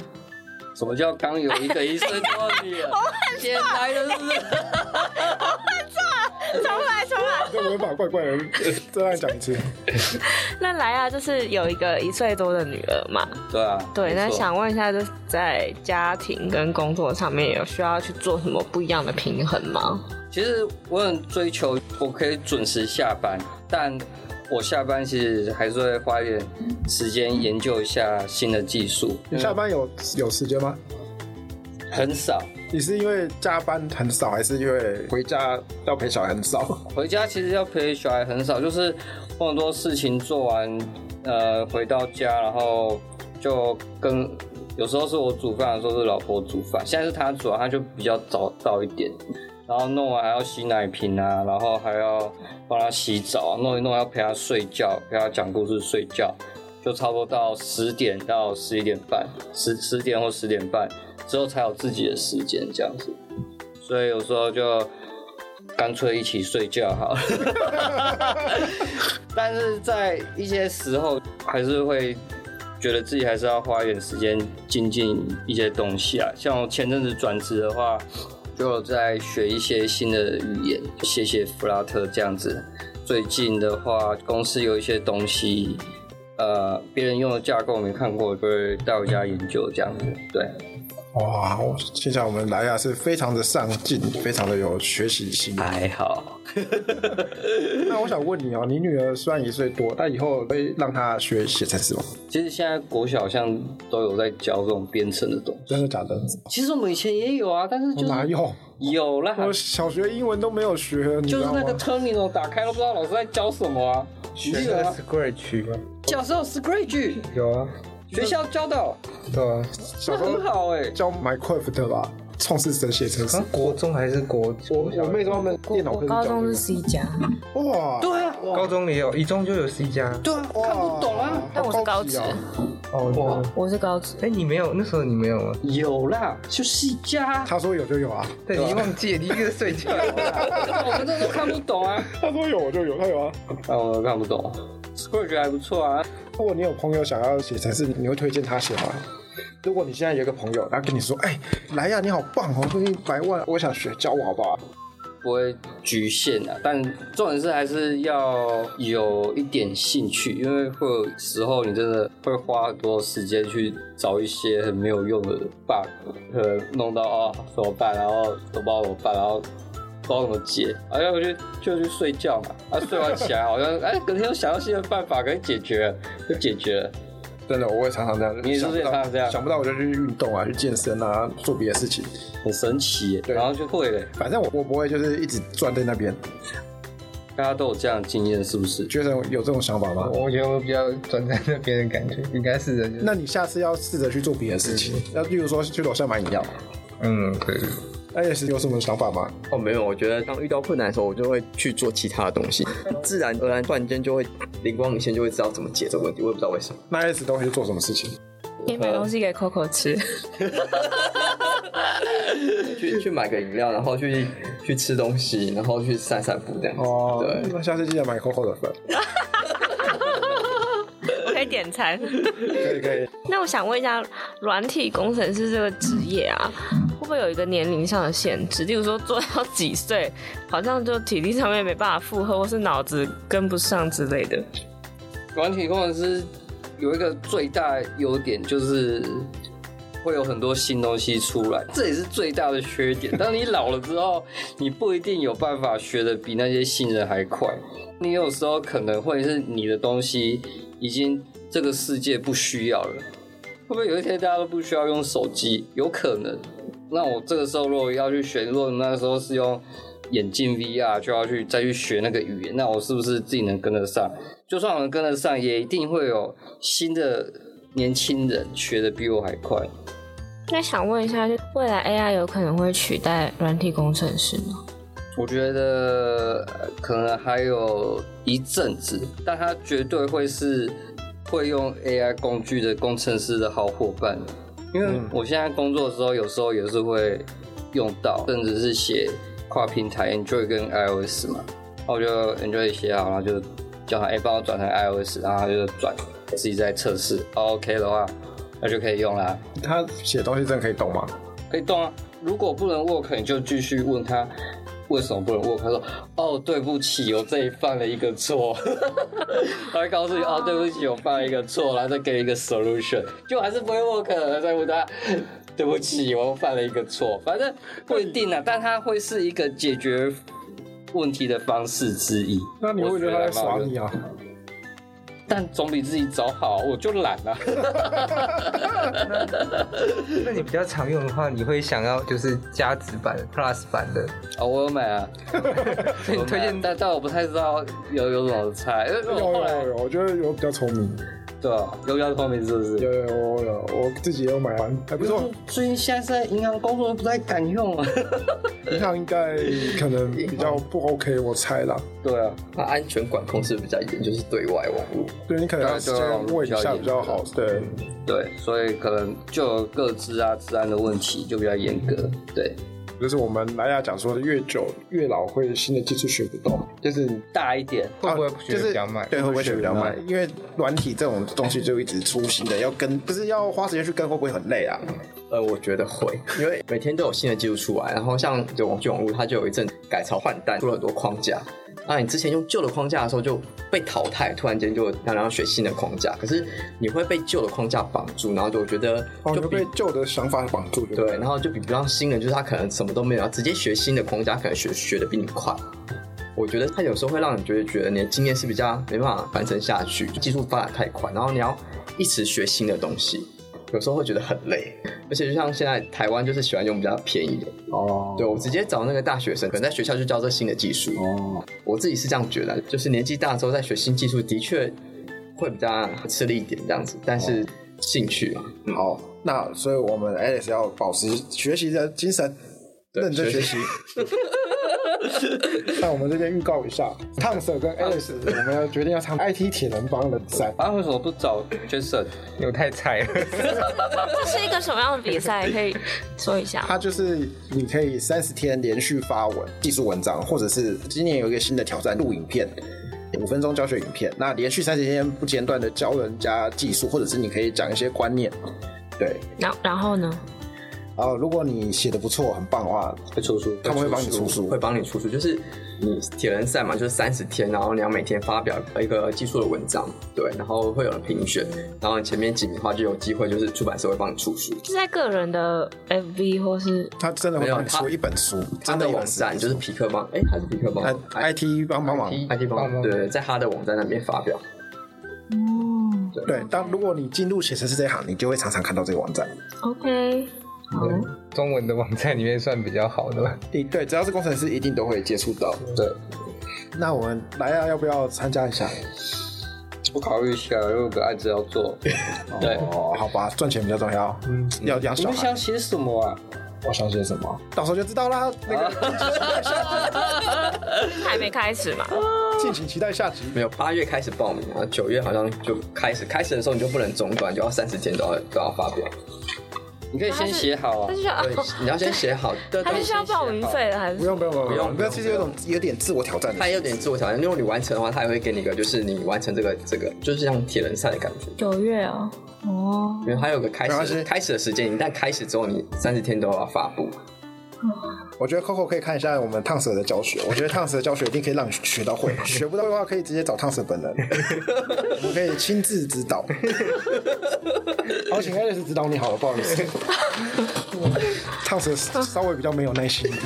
Speaker 3: 什么叫刚有一个医生多你了？捡来的是不是？
Speaker 7: 重来重来，
Speaker 2: 这文法怪怪的，再来讲一次。
Speaker 4: 那莱亚就是有一个一岁多的女儿嘛，
Speaker 3: 对啊，
Speaker 4: 对。那
Speaker 3: 没错
Speaker 4: 想问一下，就是在家庭跟工作上面有需要去做什么不一样的平衡吗？
Speaker 3: 其实我很追求我可以准时下班，但我下班其实还是会花一点时间研究一下新的技术，
Speaker 2: 你下班有有时间吗？
Speaker 3: 很少。
Speaker 2: 你是因为加班很少，还是因为回家要陪小孩很少？
Speaker 3: 回家其实要陪小孩很少，就是我很多事情做完，呃，回到家然后就跟有时候是我煮饭，有时候是老婆煮饭，现在是她煮啊，她就比较早到一点，然后弄完还要洗奶瓶啊，然后还要帮她洗澡，弄一弄要陪她睡觉，陪她讲故事睡觉，就差不多到十点到十一点半，十十点或十点半之后才有自己的时间这样子，所以有时候就干脆一起睡觉好了。 但是在一些时候，还是会觉得自己还是要花一点时间精进一些东西啊。像我前阵子转职的话，就有在学一些新的语言，写写 Flutter 这样子。最近的话，公司有一些东西，呃，别人用的架构没看过，我就会带回家研究这样子。对，
Speaker 2: 哇，我现在我们莱亚是非常的上进，非常的有学习心。
Speaker 3: 还好。
Speaker 2: 那我想问你哦，你女儿虽然一岁多，但以后会让她学写程式吗？
Speaker 3: 其实现在国小好像都有在教这种编程的东西，
Speaker 2: 真的假的？
Speaker 3: 其实我们以前也有啊，但是
Speaker 2: 我
Speaker 3: 就是
Speaker 2: 哦哪有？
Speaker 3: 有啦，
Speaker 2: 我小学英文都没有学，你知
Speaker 3: 就是
Speaker 2: 道啊
Speaker 3: 那个
Speaker 2: 吗？
Speaker 3: terminal 打开都不知道老师在教什么啊。你
Speaker 5: 学
Speaker 3: 记得
Speaker 5: 那个
Speaker 3: 吗？
Speaker 5: Square 区吗？
Speaker 3: 小时候 Scratch
Speaker 5: 有啊，
Speaker 3: 学校教的，
Speaker 5: 对啊，
Speaker 2: 小
Speaker 3: 那
Speaker 2: 时候
Speaker 3: 很好哎、
Speaker 2: 教 Minecraft 吧，创世神写程式
Speaker 5: 好像。国中还是国，
Speaker 2: 我
Speaker 5: 小
Speaker 2: 我妹说他们哦电脑
Speaker 4: 我
Speaker 2: 课
Speaker 4: 高
Speaker 2: 教
Speaker 4: 中
Speaker 2: 这
Speaker 4: 是
Speaker 2: 个
Speaker 4: C 加，
Speaker 2: 哇，
Speaker 3: 对啊，
Speaker 5: 高中也有，一中就有 C 加。
Speaker 3: 对啊，看不懂啊。
Speaker 4: 但我是高
Speaker 2: 级
Speaker 4: 职
Speaker 2: 哦。
Speaker 5: 哦，对
Speaker 4: 我是高职。
Speaker 5: 哎，你没有，那时候你没有吗？
Speaker 3: 有啦，哦就是 加，
Speaker 2: 他说有就有啊，
Speaker 5: 对，你忘记了，你一个睡觉。
Speaker 3: 我们这都看不懂啊。
Speaker 2: 他说有我就有，他有啊。
Speaker 3: 啊，我都看不懂。Scratch 还不错啊，
Speaker 2: 如果你有朋友想要写程式，你会推荐他写吗？如果你现在有一个朋友，他跟你说：“哎、莱呀，你好棒哦，给你百万，我想学，教我好不啊好
Speaker 3: 不会局限啊，但重点是还是要有一点兴趣，因为会有时候你真的会花很多时间去找一些很没有用的 bug，呃，弄到啊、怎么办，然后都不知道怎么办，然后不知道怎么解，哎呀，我就就去睡觉嘛，啊，睡完起来好像哎，隔天又想到新的办法可以解决了，就解决了。？”
Speaker 2: 真的，我会常常这样。
Speaker 3: 你是不是也
Speaker 2: 想不到
Speaker 3: 常常这样
Speaker 2: 想不到我就去运动啊，去健身啊，做别的事情。
Speaker 3: 很神奇耶，
Speaker 2: 对
Speaker 3: 然后就会了。
Speaker 2: 反正我我不会就是一直转在那边。
Speaker 3: 大家都有这样的经验，是不是？
Speaker 2: 觉得有这种想法吗？
Speaker 5: 我觉得我比较转在那边的感觉，应该是的。就是
Speaker 2: 那你下次要试着去做别的事情，那例如说去楼下买饮料。
Speaker 5: 嗯，对。
Speaker 2: 那也是有什么想法吗？
Speaker 6: 哦，没有，我觉得当遇到困难的时候，我就会去做其他的东西， 自然而然，突然间就会灵光一现，就会知道怎么解这个问题。我也不知道为什么，
Speaker 2: 那 S 都会去做什么事情？
Speaker 4: 你买东西给 Coco 吃，
Speaker 6: 去去买个饮料，然后去去吃东西，然后去散散步这样子。
Speaker 2: 哦，
Speaker 6: 对，
Speaker 2: 那下次记得买 COCO 的粉。
Speaker 4: 我可以点餐。
Speaker 2: 可以可以，
Speaker 4: 那我想问一下，软体工程师这个职业啊，会不会有一个年龄上的限制？例如说做到几岁，好像就体力上面没办法负荷，或是脑子跟不上之类的。
Speaker 3: 软体工程师有一个最大优点就是会有很多新东西出来，这也是最大的缺点。当你老了之后，你不一定有办法学的比那些新人还快。你有时候可能会是你的东西已经这个世界不需要了，会不会有一天大家都不需要用手机？有可能。那我这个时候如果要去学，如果那时候是用眼镜 VR，就要去再去学那个语言，那我是不是自己能跟得上？就算我能跟得上，也一定会有新的年轻人学的比我还快。
Speaker 4: 那想问一下，就未来 AI 有可能会取代软体工程师吗？
Speaker 3: 我觉得呃可能还有一阵子，但他绝对会是会用 AI 工具的工程师的好伙伴，因为我现在工作的时候，有时候也是会用到，甚至是写跨平台 Android 跟 iOS 嘛，然后我就 Android 写好，然后就叫他哎帮、我转成 iOS，然后他就转，自己在测试，OK 哦的话，那就可以用啦。
Speaker 2: 他写东西真的可以懂吗？
Speaker 3: 可以动啊。如果不能 work，你就继续问他为什么不能 work。他说：“哦，对不起，我这里犯了一个错。” 他会告诉你：“哦，对不起，我犯了一个错。”然后再给你一个 solution，就还是不会 work，然后再问他：“对不起，我犯了一个错。”反正不一定啊，但他会是一个解决问题的方式之一。
Speaker 2: 那你会觉得他在耍你
Speaker 3: 啊？
Speaker 2: 啊？
Speaker 3: 但总比自己找好，我就懒啊。
Speaker 5: 那你比较常用的话，你会想要就是加值版、Plus 版的，
Speaker 3: 哦，我有买 啊，
Speaker 5: 所以你推荐
Speaker 3: 但但我不太知道有有什么差，因为
Speaker 2: 有
Speaker 3: 我后来
Speaker 2: 有有，我觉得有比较聪明，
Speaker 3: 对啊，有比较聪明是不是？
Speaker 2: 有有有有，我自己也有买完，还不错。
Speaker 3: 最近现在是在银行工作，不太敢用啊。
Speaker 2: 银行应该可能比较不 OK，我猜啦。
Speaker 3: 对啊，
Speaker 6: 它安全管控是比较严，就是对外网络。
Speaker 2: 对你可能要先问一下比较啊好。对，
Speaker 3: 对，所以可能就有各自啊治安的问题就比较严格。对，
Speaker 2: 就是我们莱雅讲说的，越久越老会新的技术学不懂，就是
Speaker 3: 大一点，
Speaker 5: 会不会
Speaker 2: 啊就
Speaker 5: 学
Speaker 2: 是
Speaker 5: 比较慢？
Speaker 2: 对，会不会学比较慢？因为软体这种东西就一直出新的，要跟不是要花时间去跟，会不会很累啊？
Speaker 6: 呃，我觉得会，因为每天都有新的技术出来，然后像有网际网络，它就有一阵改朝换代，出了很多框架。那你之前用旧的框架的时候就被淘汰，突然间就当然要学新的框架，可是你会被旧的框架绑住，然后就觉得
Speaker 2: 哦，
Speaker 6: 就
Speaker 2: 就
Speaker 6: 比、
Speaker 2: 被旧的想法绑住，
Speaker 6: 对，然后就比不上新人，就是他可能什么都没有，然后直接学新的框架，可能学学的比你快。我觉得他有时候会让你觉得觉得你的经验是比较没办法传承下去，技术发展太快，然后你要一直学新的东西，有时候会觉得很累。而且就像现在台湾就是喜欢用比较便宜的，
Speaker 2: 哦，
Speaker 6: 对我直接找那个大学生，可能在学校就教这新的技术。
Speaker 2: 哦，
Speaker 6: 我自己是这样觉得，就是年纪大之后在学新技术的确会比较吃力一点这样子，但是
Speaker 2: 哦
Speaker 6: 兴趣啊嘛，
Speaker 2: 好，那所以我们 Alex 要保持学习的精神，
Speaker 6: 对
Speaker 2: 认真学习。 那我们这边预告一下，烫手跟 Alex，我们要决定要唱 IT 铁人帮的赛。
Speaker 3: 啊为什么不找 Jason？
Speaker 5: 有太菜了。
Speaker 4: 这是一个什么样的比赛？可以说一下吗。
Speaker 2: 它就是你可以三十天连续发文技术文章，或者是今年有一个新的挑战录影片，五分钟教学影片，那连续三十天不间断的教人家技术，或者是你可以讲一些观念。对，
Speaker 4: 然后然后呢？
Speaker 2: 然后如果你写的不错，很棒的话，
Speaker 3: 会出书，
Speaker 2: 他们会帮你出书
Speaker 6: 会。帮你出书，就是你铁人赛嘛，就是三十天，然后你要每天发表一个技术的文章，对，然后会有人评选，然后你前面几名的话就有机会，就是出版社会帮你出书。
Speaker 4: 是在个人的 FB 或是
Speaker 2: 他真的会帮你
Speaker 6: 没有
Speaker 2: 出
Speaker 6: 他
Speaker 2: 一本书，
Speaker 6: 他
Speaker 2: 真
Speaker 6: 的
Speaker 2: 有
Speaker 6: 网站就是皮克帮，哎，还是皮克帮
Speaker 2: 哎 IT 帮帮忙。
Speaker 6: ，IT 帮
Speaker 5: 帮忙
Speaker 6: 忙，对，在他的网站那边发表。
Speaker 2: 对，当如果你进入写程式这一行，你就会常常看到这个网站。
Speaker 4: OK 好。
Speaker 5: 中文的网站里面算比较好的了。
Speaker 2: 对对，只要是工程师，一定都会接触到。
Speaker 3: 对，
Speaker 2: 那我们来啊，要不要参加一下？
Speaker 3: 我考虑一下，因为有个案子要做。 对，
Speaker 2: 哦，好吧，赚钱比较重要。嗯，要养
Speaker 3: 你
Speaker 2: 小
Speaker 3: 们
Speaker 2: 孩
Speaker 3: 想，写什么啊？
Speaker 2: 我想写什么，啊到时候就知道啦。那个
Speaker 4: 还没开始嘛？
Speaker 2: 敬请期待下集。
Speaker 6: 没有，八月开始报名啊，九月好像就开始，开始的时候你就不能中断，就要三十天都要都要发表。
Speaker 3: 你可以先写好啊
Speaker 4: 他。是需要
Speaker 6: 对，你要先写好，对
Speaker 4: 他
Speaker 6: 对
Speaker 4: 是需要报名费的还
Speaker 2: 不
Speaker 4: 是？
Speaker 2: 用不用不用哎
Speaker 6: 不用
Speaker 2: 不要，其实有种有点自我挑战的
Speaker 6: 他。有点自我挑战，因为你完成的话，他也会给你一个，就是你完成这个这个，就是像铁人赛的感觉。
Speaker 4: 九月哦，哦，
Speaker 6: 因为它有个开
Speaker 2: 没关
Speaker 6: 始
Speaker 2: 系
Speaker 6: 开始的时间，一旦开始之后，你三十天都要发布。
Speaker 2: 我觉得 Coco 可以看一下我们烫死的教学，我觉得烫死的教学一定可以让你学到 会，学不到会的话可以直接找烫死本 人，我们可以亲自指导。好，请 Alice 指导你好了，不好意 思，烫死稍微比较没有耐心一点。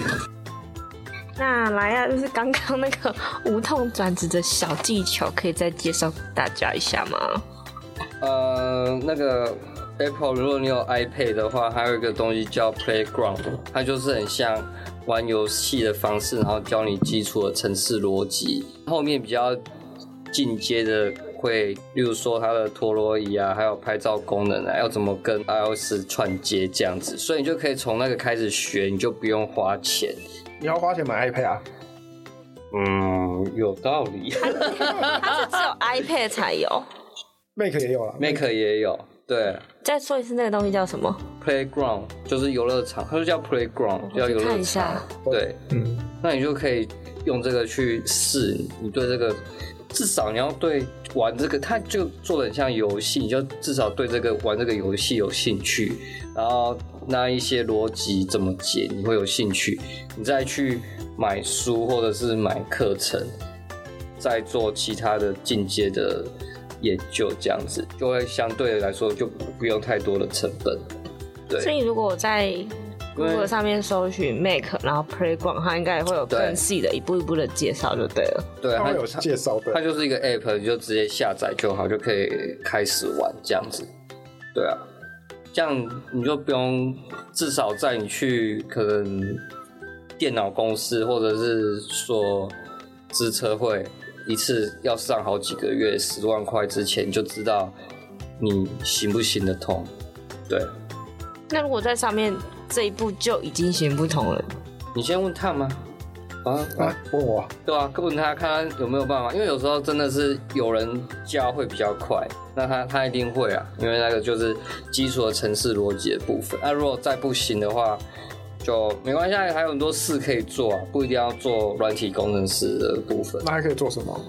Speaker 4: 那来啊，就是刚刚那个无痛转职的小技巧，可以再介绍给大家一下吗？
Speaker 3: 呃，那个 Apple，如果你有 iPad 的话，还有一个东西叫 Playground，它就是很像玩游戏的方式，然后教你基础的程式逻辑。后面比较进阶的会，例如说它的陀螺仪啊，还有拍照功能啊，要怎么跟 iOS 串接这样子，所以你就可以从那个开始学，你就不用花钱。
Speaker 2: 你要花钱买 iPad 啊？
Speaker 3: 嗯，有道理。
Speaker 7: 它
Speaker 4: 啊
Speaker 7: 是只有 iPad 才有。
Speaker 2: Make 也有了，啊
Speaker 3: Make 也有，对。
Speaker 4: 再说一次，那个东西叫什么？
Speaker 3: playground 就是游乐场，它就叫 playground，
Speaker 4: 我
Speaker 3: 叫游
Speaker 4: 哦去看
Speaker 3: 乐
Speaker 4: 一
Speaker 3: 场
Speaker 4: 下。
Speaker 3: 对，
Speaker 5: 嗯，
Speaker 3: 那你就可以用这个去试，你对这个至少你要对玩这个，它就做的很像游戏，你就至少对这个玩这个游戏有兴趣，然后那一些逻辑怎么解你会有兴趣，你再去买书或者是买课程，再做其他的进阶的。研究这样子，就会相对来说就不用太多的成本。对
Speaker 4: 所以如果我在 Google 上面搜寻 Make，然后 Playground，它应该也会有更
Speaker 3: 对
Speaker 4: 细的一步一步的介绍，就对了。
Speaker 3: 对，
Speaker 2: 它
Speaker 3: 它
Speaker 2: 会有介绍的
Speaker 3: 它。就是一个 app，你就直接下载就好，就可以开始玩这样子。对啊，这样你就不用，至少在你去可能电脑公司或者是说资车会一次要上好几个月十万块之前，你就知道你行不行得通。对
Speaker 4: 那如果在上面这一步就已经行不通了，
Speaker 3: 你先问他吗？啊
Speaker 2: 啊，问我
Speaker 3: 对啊，问他看他有没有办法，因为有时候真的是有人教会比较快，那他他一定会啊，因为那个就是基础的城市逻辑的部分。那如果再不行的话，就没关系，还有很多事可以做啊，不一定要做软体工程师的部分。
Speaker 2: 那还可以做什么？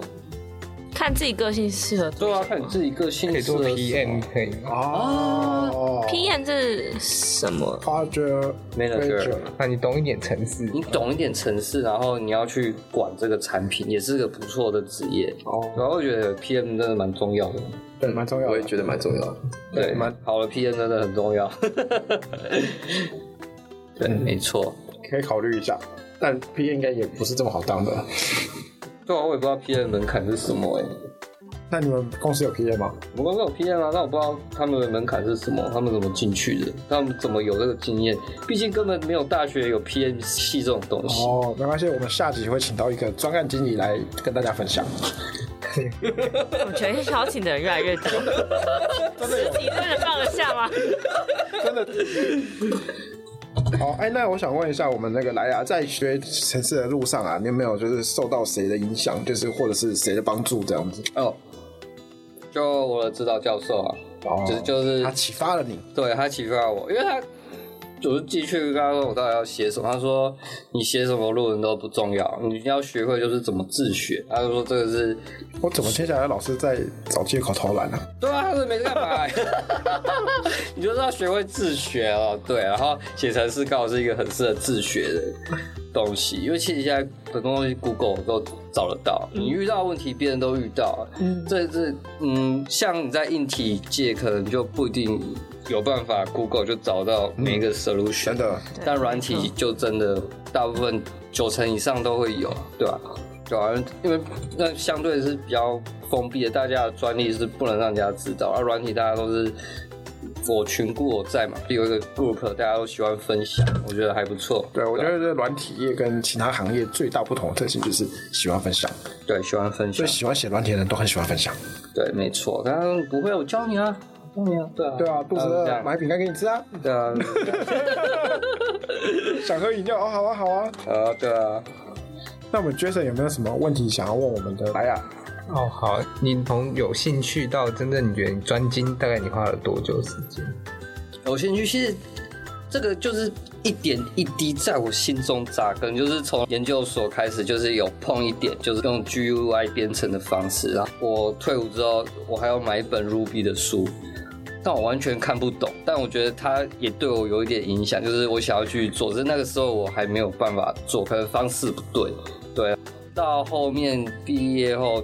Speaker 4: 看自己个性适合做
Speaker 3: 对
Speaker 4: 什
Speaker 3: 啊，
Speaker 4: 么。
Speaker 3: 看你自己个性
Speaker 5: 可以
Speaker 3: 适合
Speaker 5: 做
Speaker 3: 什么
Speaker 5: PM 可以吗？
Speaker 2: 哦
Speaker 4: PM 是什么？
Speaker 2: Project
Speaker 3: Manager
Speaker 2: Manager
Speaker 5: 那你懂一点程式，
Speaker 3: 你懂一点城市，然后你要去管这个产品，也是个不错的职业。啊
Speaker 2: 哦，
Speaker 3: 然后我觉得 PM 真的蛮重要的，
Speaker 2: 对，蛮重要
Speaker 6: 我
Speaker 2: 的
Speaker 6: 也。觉得蛮重要的。
Speaker 3: 对，蛮好的 PM 真的很重要。 对，
Speaker 2: 嗯
Speaker 3: 没错。
Speaker 2: 可以考虑一下，但 P 应该也不是这么好当的。
Speaker 3: 对啊，我也不知道 P M 门槛是什么哎、
Speaker 2: 那你们公司有 P A 吗？
Speaker 3: 我们刚刚有 P M 啊，但我不知道他们的门槛是什么，他们怎么进去的，他们怎么有这个经验？毕竟根本没有大学有 P M 系这种东西。
Speaker 2: 哦，没关系，我们下集会请到一个专案经理来跟大家分享。
Speaker 4: 我觉得邀请的人越来 越多，十几个人放得下吗？
Speaker 2: 好，哎，那我想问一下，我们那个莱雅在学城市的路上啊，你有没有就是受到谁的影响，就是或者是谁的帮助这样子？
Speaker 3: 哦，就我的指导教授啊，
Speaker 2: 哦
Speaker 3: 就是就是
Speaker 2: 他启发了你，
Speaker 3: 对他启发我，因为他我就进去跟他说我到底要写什么，他说你写什么论文都不重要，你要学会就是怎么自学。他就说这个是
Speaker 2: 我怎么听起来老师在找借口偷懒呢、
Speaker 3: 对啊，他是没干嘛、你就是要学会自学哦。对，然后写程式刚好是一个很适合自学的东西，因为其实现在很多东西 Google 都找得到，你遇到问题别人都遇到。嗯，这是嗯，像你在硬体界可能就不一定有办法 Google 就找到每一个 solution，、
Speaker 2: 真的，
Speaker 3: 但软体就真的大部分九成以上都会有，对吧、对啊，因为那相对是比较封闭的，大家的专利是不能让人家知道，而啊软体大家都是我群故我在嘛，有一个 group 大家都喜欢分享，我觉得还不错。
Speaker 2: 对我觉得这软体业跟其他行业最大不同的特性就是喜欢分享，
Speaker 3: 对，喜欢分
Speaker 2: 所
Speaker 3: 享
Speaker 2: 以，喜欢写软体的人都很喜欢分享。
Speaker 3: 对，没错。刚刚不会，我教你啊，教你啊，对啊，
Speaker 2: 对啊，肚子
Speaker 3: 这
Speaker 2: 饿
Speaker 3: 样
Speaker 2: 买饼干给你吃啊，
Speaker 3: 对啊，
Speaker 2: 想喝饮料哦，好啊好啊。
Speaker 3: 啊，对啊，
Speaker 2: 那我们 Jason 有没有什么问题想要问我们的莱雅？
Speaker 5: 哦，好，你从有兴趣到真正你觉得你专精，大概你花了多久时间？
Speaker 3: 有兴趣，其实这个就是一点一滴在我心中扎根，就是从研究所开始，就是有碰一点，就是用 GUI 编程的方式。然后我退伍之后，我还要买一本 Ruby 的书，但我完全看不懂。但我觉得它也对我有一点影响，就是我想要去做，只是那个时候我还没有办法做，可能方式不对。对，到后面毕业后。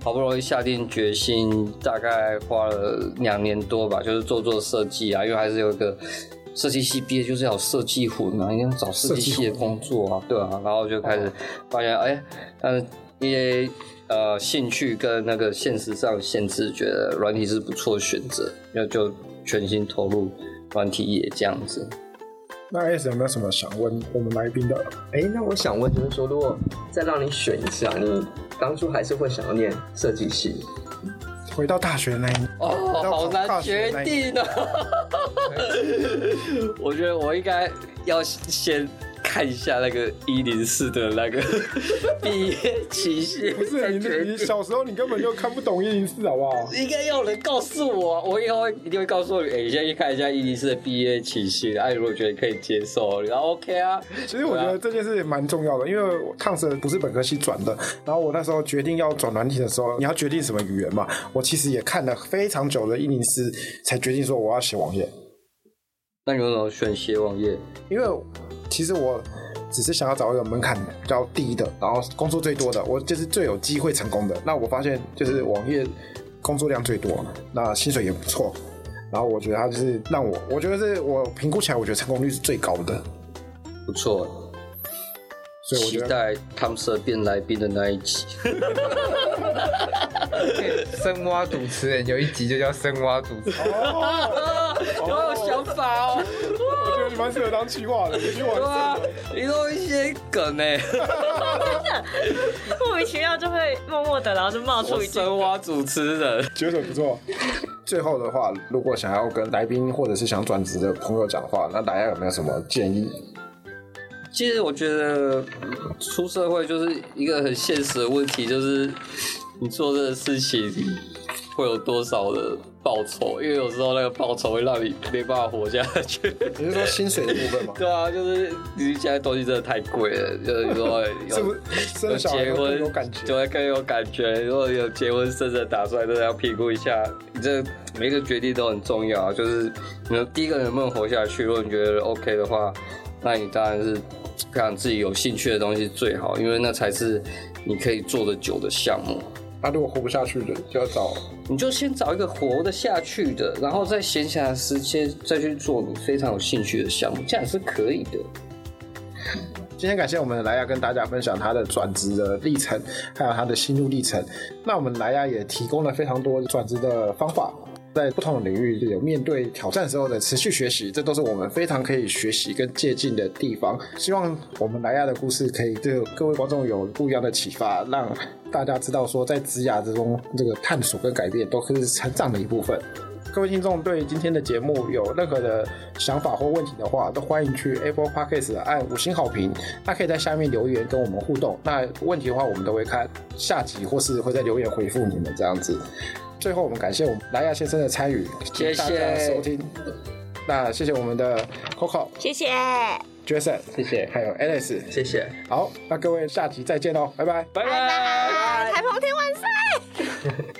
Speaker 3: 好不容易下定决心，大概花了两年多吧，就是做做设计啊，因为还是有一个设计系毕业就是要有设计魂啊，一定要找设计系的工作啊，对啊，然后就开始发现，哎、但是因为呃兴趣跟那个现实上的限制，觉得软体是不错的选择，那就全心投入软体业这样子。
Speaker 2: 那 S 有没有什么想问我们来宾的？
Speaker 6: 哎，那我想问，就是说，如果再让你选一下，你当初还是会想要念设计系？
Speaker 2: 回到大学那一年，
Speaker 3: 哦，
Speaker 2: 要
Speaker 3: 好
Speaker 2: 考大
Speaker 3: 难
Speaker 2: 学
Speaker 3: 决
Speaker 2: 那一
Speaker 3: 定呢、 我觉得我应该要先看一下那个一零四的那 个毕业期限，
Speaker 2: 不是你那，你小时候你根本就看不懂一零四，好不好？
Speaker 3: 应该要有人告诉我啊，我以后一定会告诉你。哎、你先去看一下一零四的毕业期限，哎、如果觉得可以接受，然后 OK 啊。
Speaker 2: 其实我觉得这件事蛮重要的，因为我烫蛇不是本科系转的，然后我那时候决定要转软体的时候，你要决定什么语言嘛？我其实也看了非常久的一零四，才决定说我要写网页，
Speaker 3: 那你为什么选写网页？
Speaker 2: 因为其实我只是想要找一个门槛比较低的，然后工作最多的，我就是最有机会成功的。那我发现就是网页工作量最多，那薪水也不错，然后我觉得它就是让我，我觉得是我评估起来，我觉得成功率是最高的，
Speaker 3: 不错，
Speaker 2: 所以我
Speaker 3: 期
Speaker 2: 觉得。
Speaker 3: 待汤蛇变来宾的那一集。
Speaker 5: 深挖主持人有一集就叫深挖主持人，
Speaker 3: 我有想法哦。
Speaker 2: 我觉得你蛮适合当企划的，你去
Speaker 3: 对
Speaker 2: 玩。
Speaker 3: 啊，你都一些梗欸呢、
Speaker 4: 莫名其妙就会默默的，然后就 冒
Speaker 3: 我
Speaker 4: 出一句
Speaker 3: 深挖主持人，
Speaker 2: 觉得不错。最后的话，如果想要跟来宾或者是想转职的朋友讲话，那大家有没有什么建议？
Speaker 3: 其实我觉得嗯出社会就是一个很现实的问题，就是你做这个事情会有多少的报酬，因为有时候那个报酬会让你没办法活下去。
Speaker 2: 你是说薪水的部分吗？
Speaker 3: 对啊，就是你现在东西真的太贵了，就是说 有
Speaker 2: 是不是生
Speaker 3: 有
Speaker 2: 小孩
Speaker 3: 结
Speaker 2: 会更
Speaker 3: 婚
Speaker 2: 有感觉？
Speaker 3: 就会更有感觉。如果有结婚生子的打算，真的要评估一下，你这每一个决定都很重要啊。就是你的第一个能不能活下去，如果你觉得 OK 的话，那你当然是培养自己有兴趣的东西最好，因为那才是你可以做得久的项目。
Speaker 2: 那、如果活不下去的，就要找
Speaker 3: 你就先找一个活得下去的，然后在闲暇的时间再去做你非常有兴趣的项目，这样也是可以的。
Speaker 2: 今天感谢我们的莱亚跟大家分享他的转职的历程，还有他的心路历程。那我们莱亚也提供了非常多转职的方法，在不同的领域有面对挑战时候的持续学习，这都是我们非常可以学习跟借鉴的地方。希望我们莱亚的故事可以对各位观众有不一样的启发，让大家知道说在职涯之中，这个探索跟改变都是成长的一部分。各位听众对今天的节目有任何的想法或问题的话，都欢迎去 Apple Podcast 按五星好评，那可以在下面留言跟我们互动。那问题的话，我们都会看下集或是会在留言回复你们这样子。最后，我们感谢我们莱亚先生的参与，
Speaker 3: 谢谢
Speaker 2: 大家收听。那谢谢我们的 Coco、
Speaker 7: 谢谢，
Speaker 2: 呃 Jason，
Speaker 3: 谢谢，
Speaker 2: 还有 Alice。
Speaker 6: 谢谢。
Speaker 2: 好，那各位下集再见喽，拜拜。
Speaker 3: 拜
Speaker 7: 拜
Speaker 3: 拜。
Speaker 7: 拜，台风天万岁！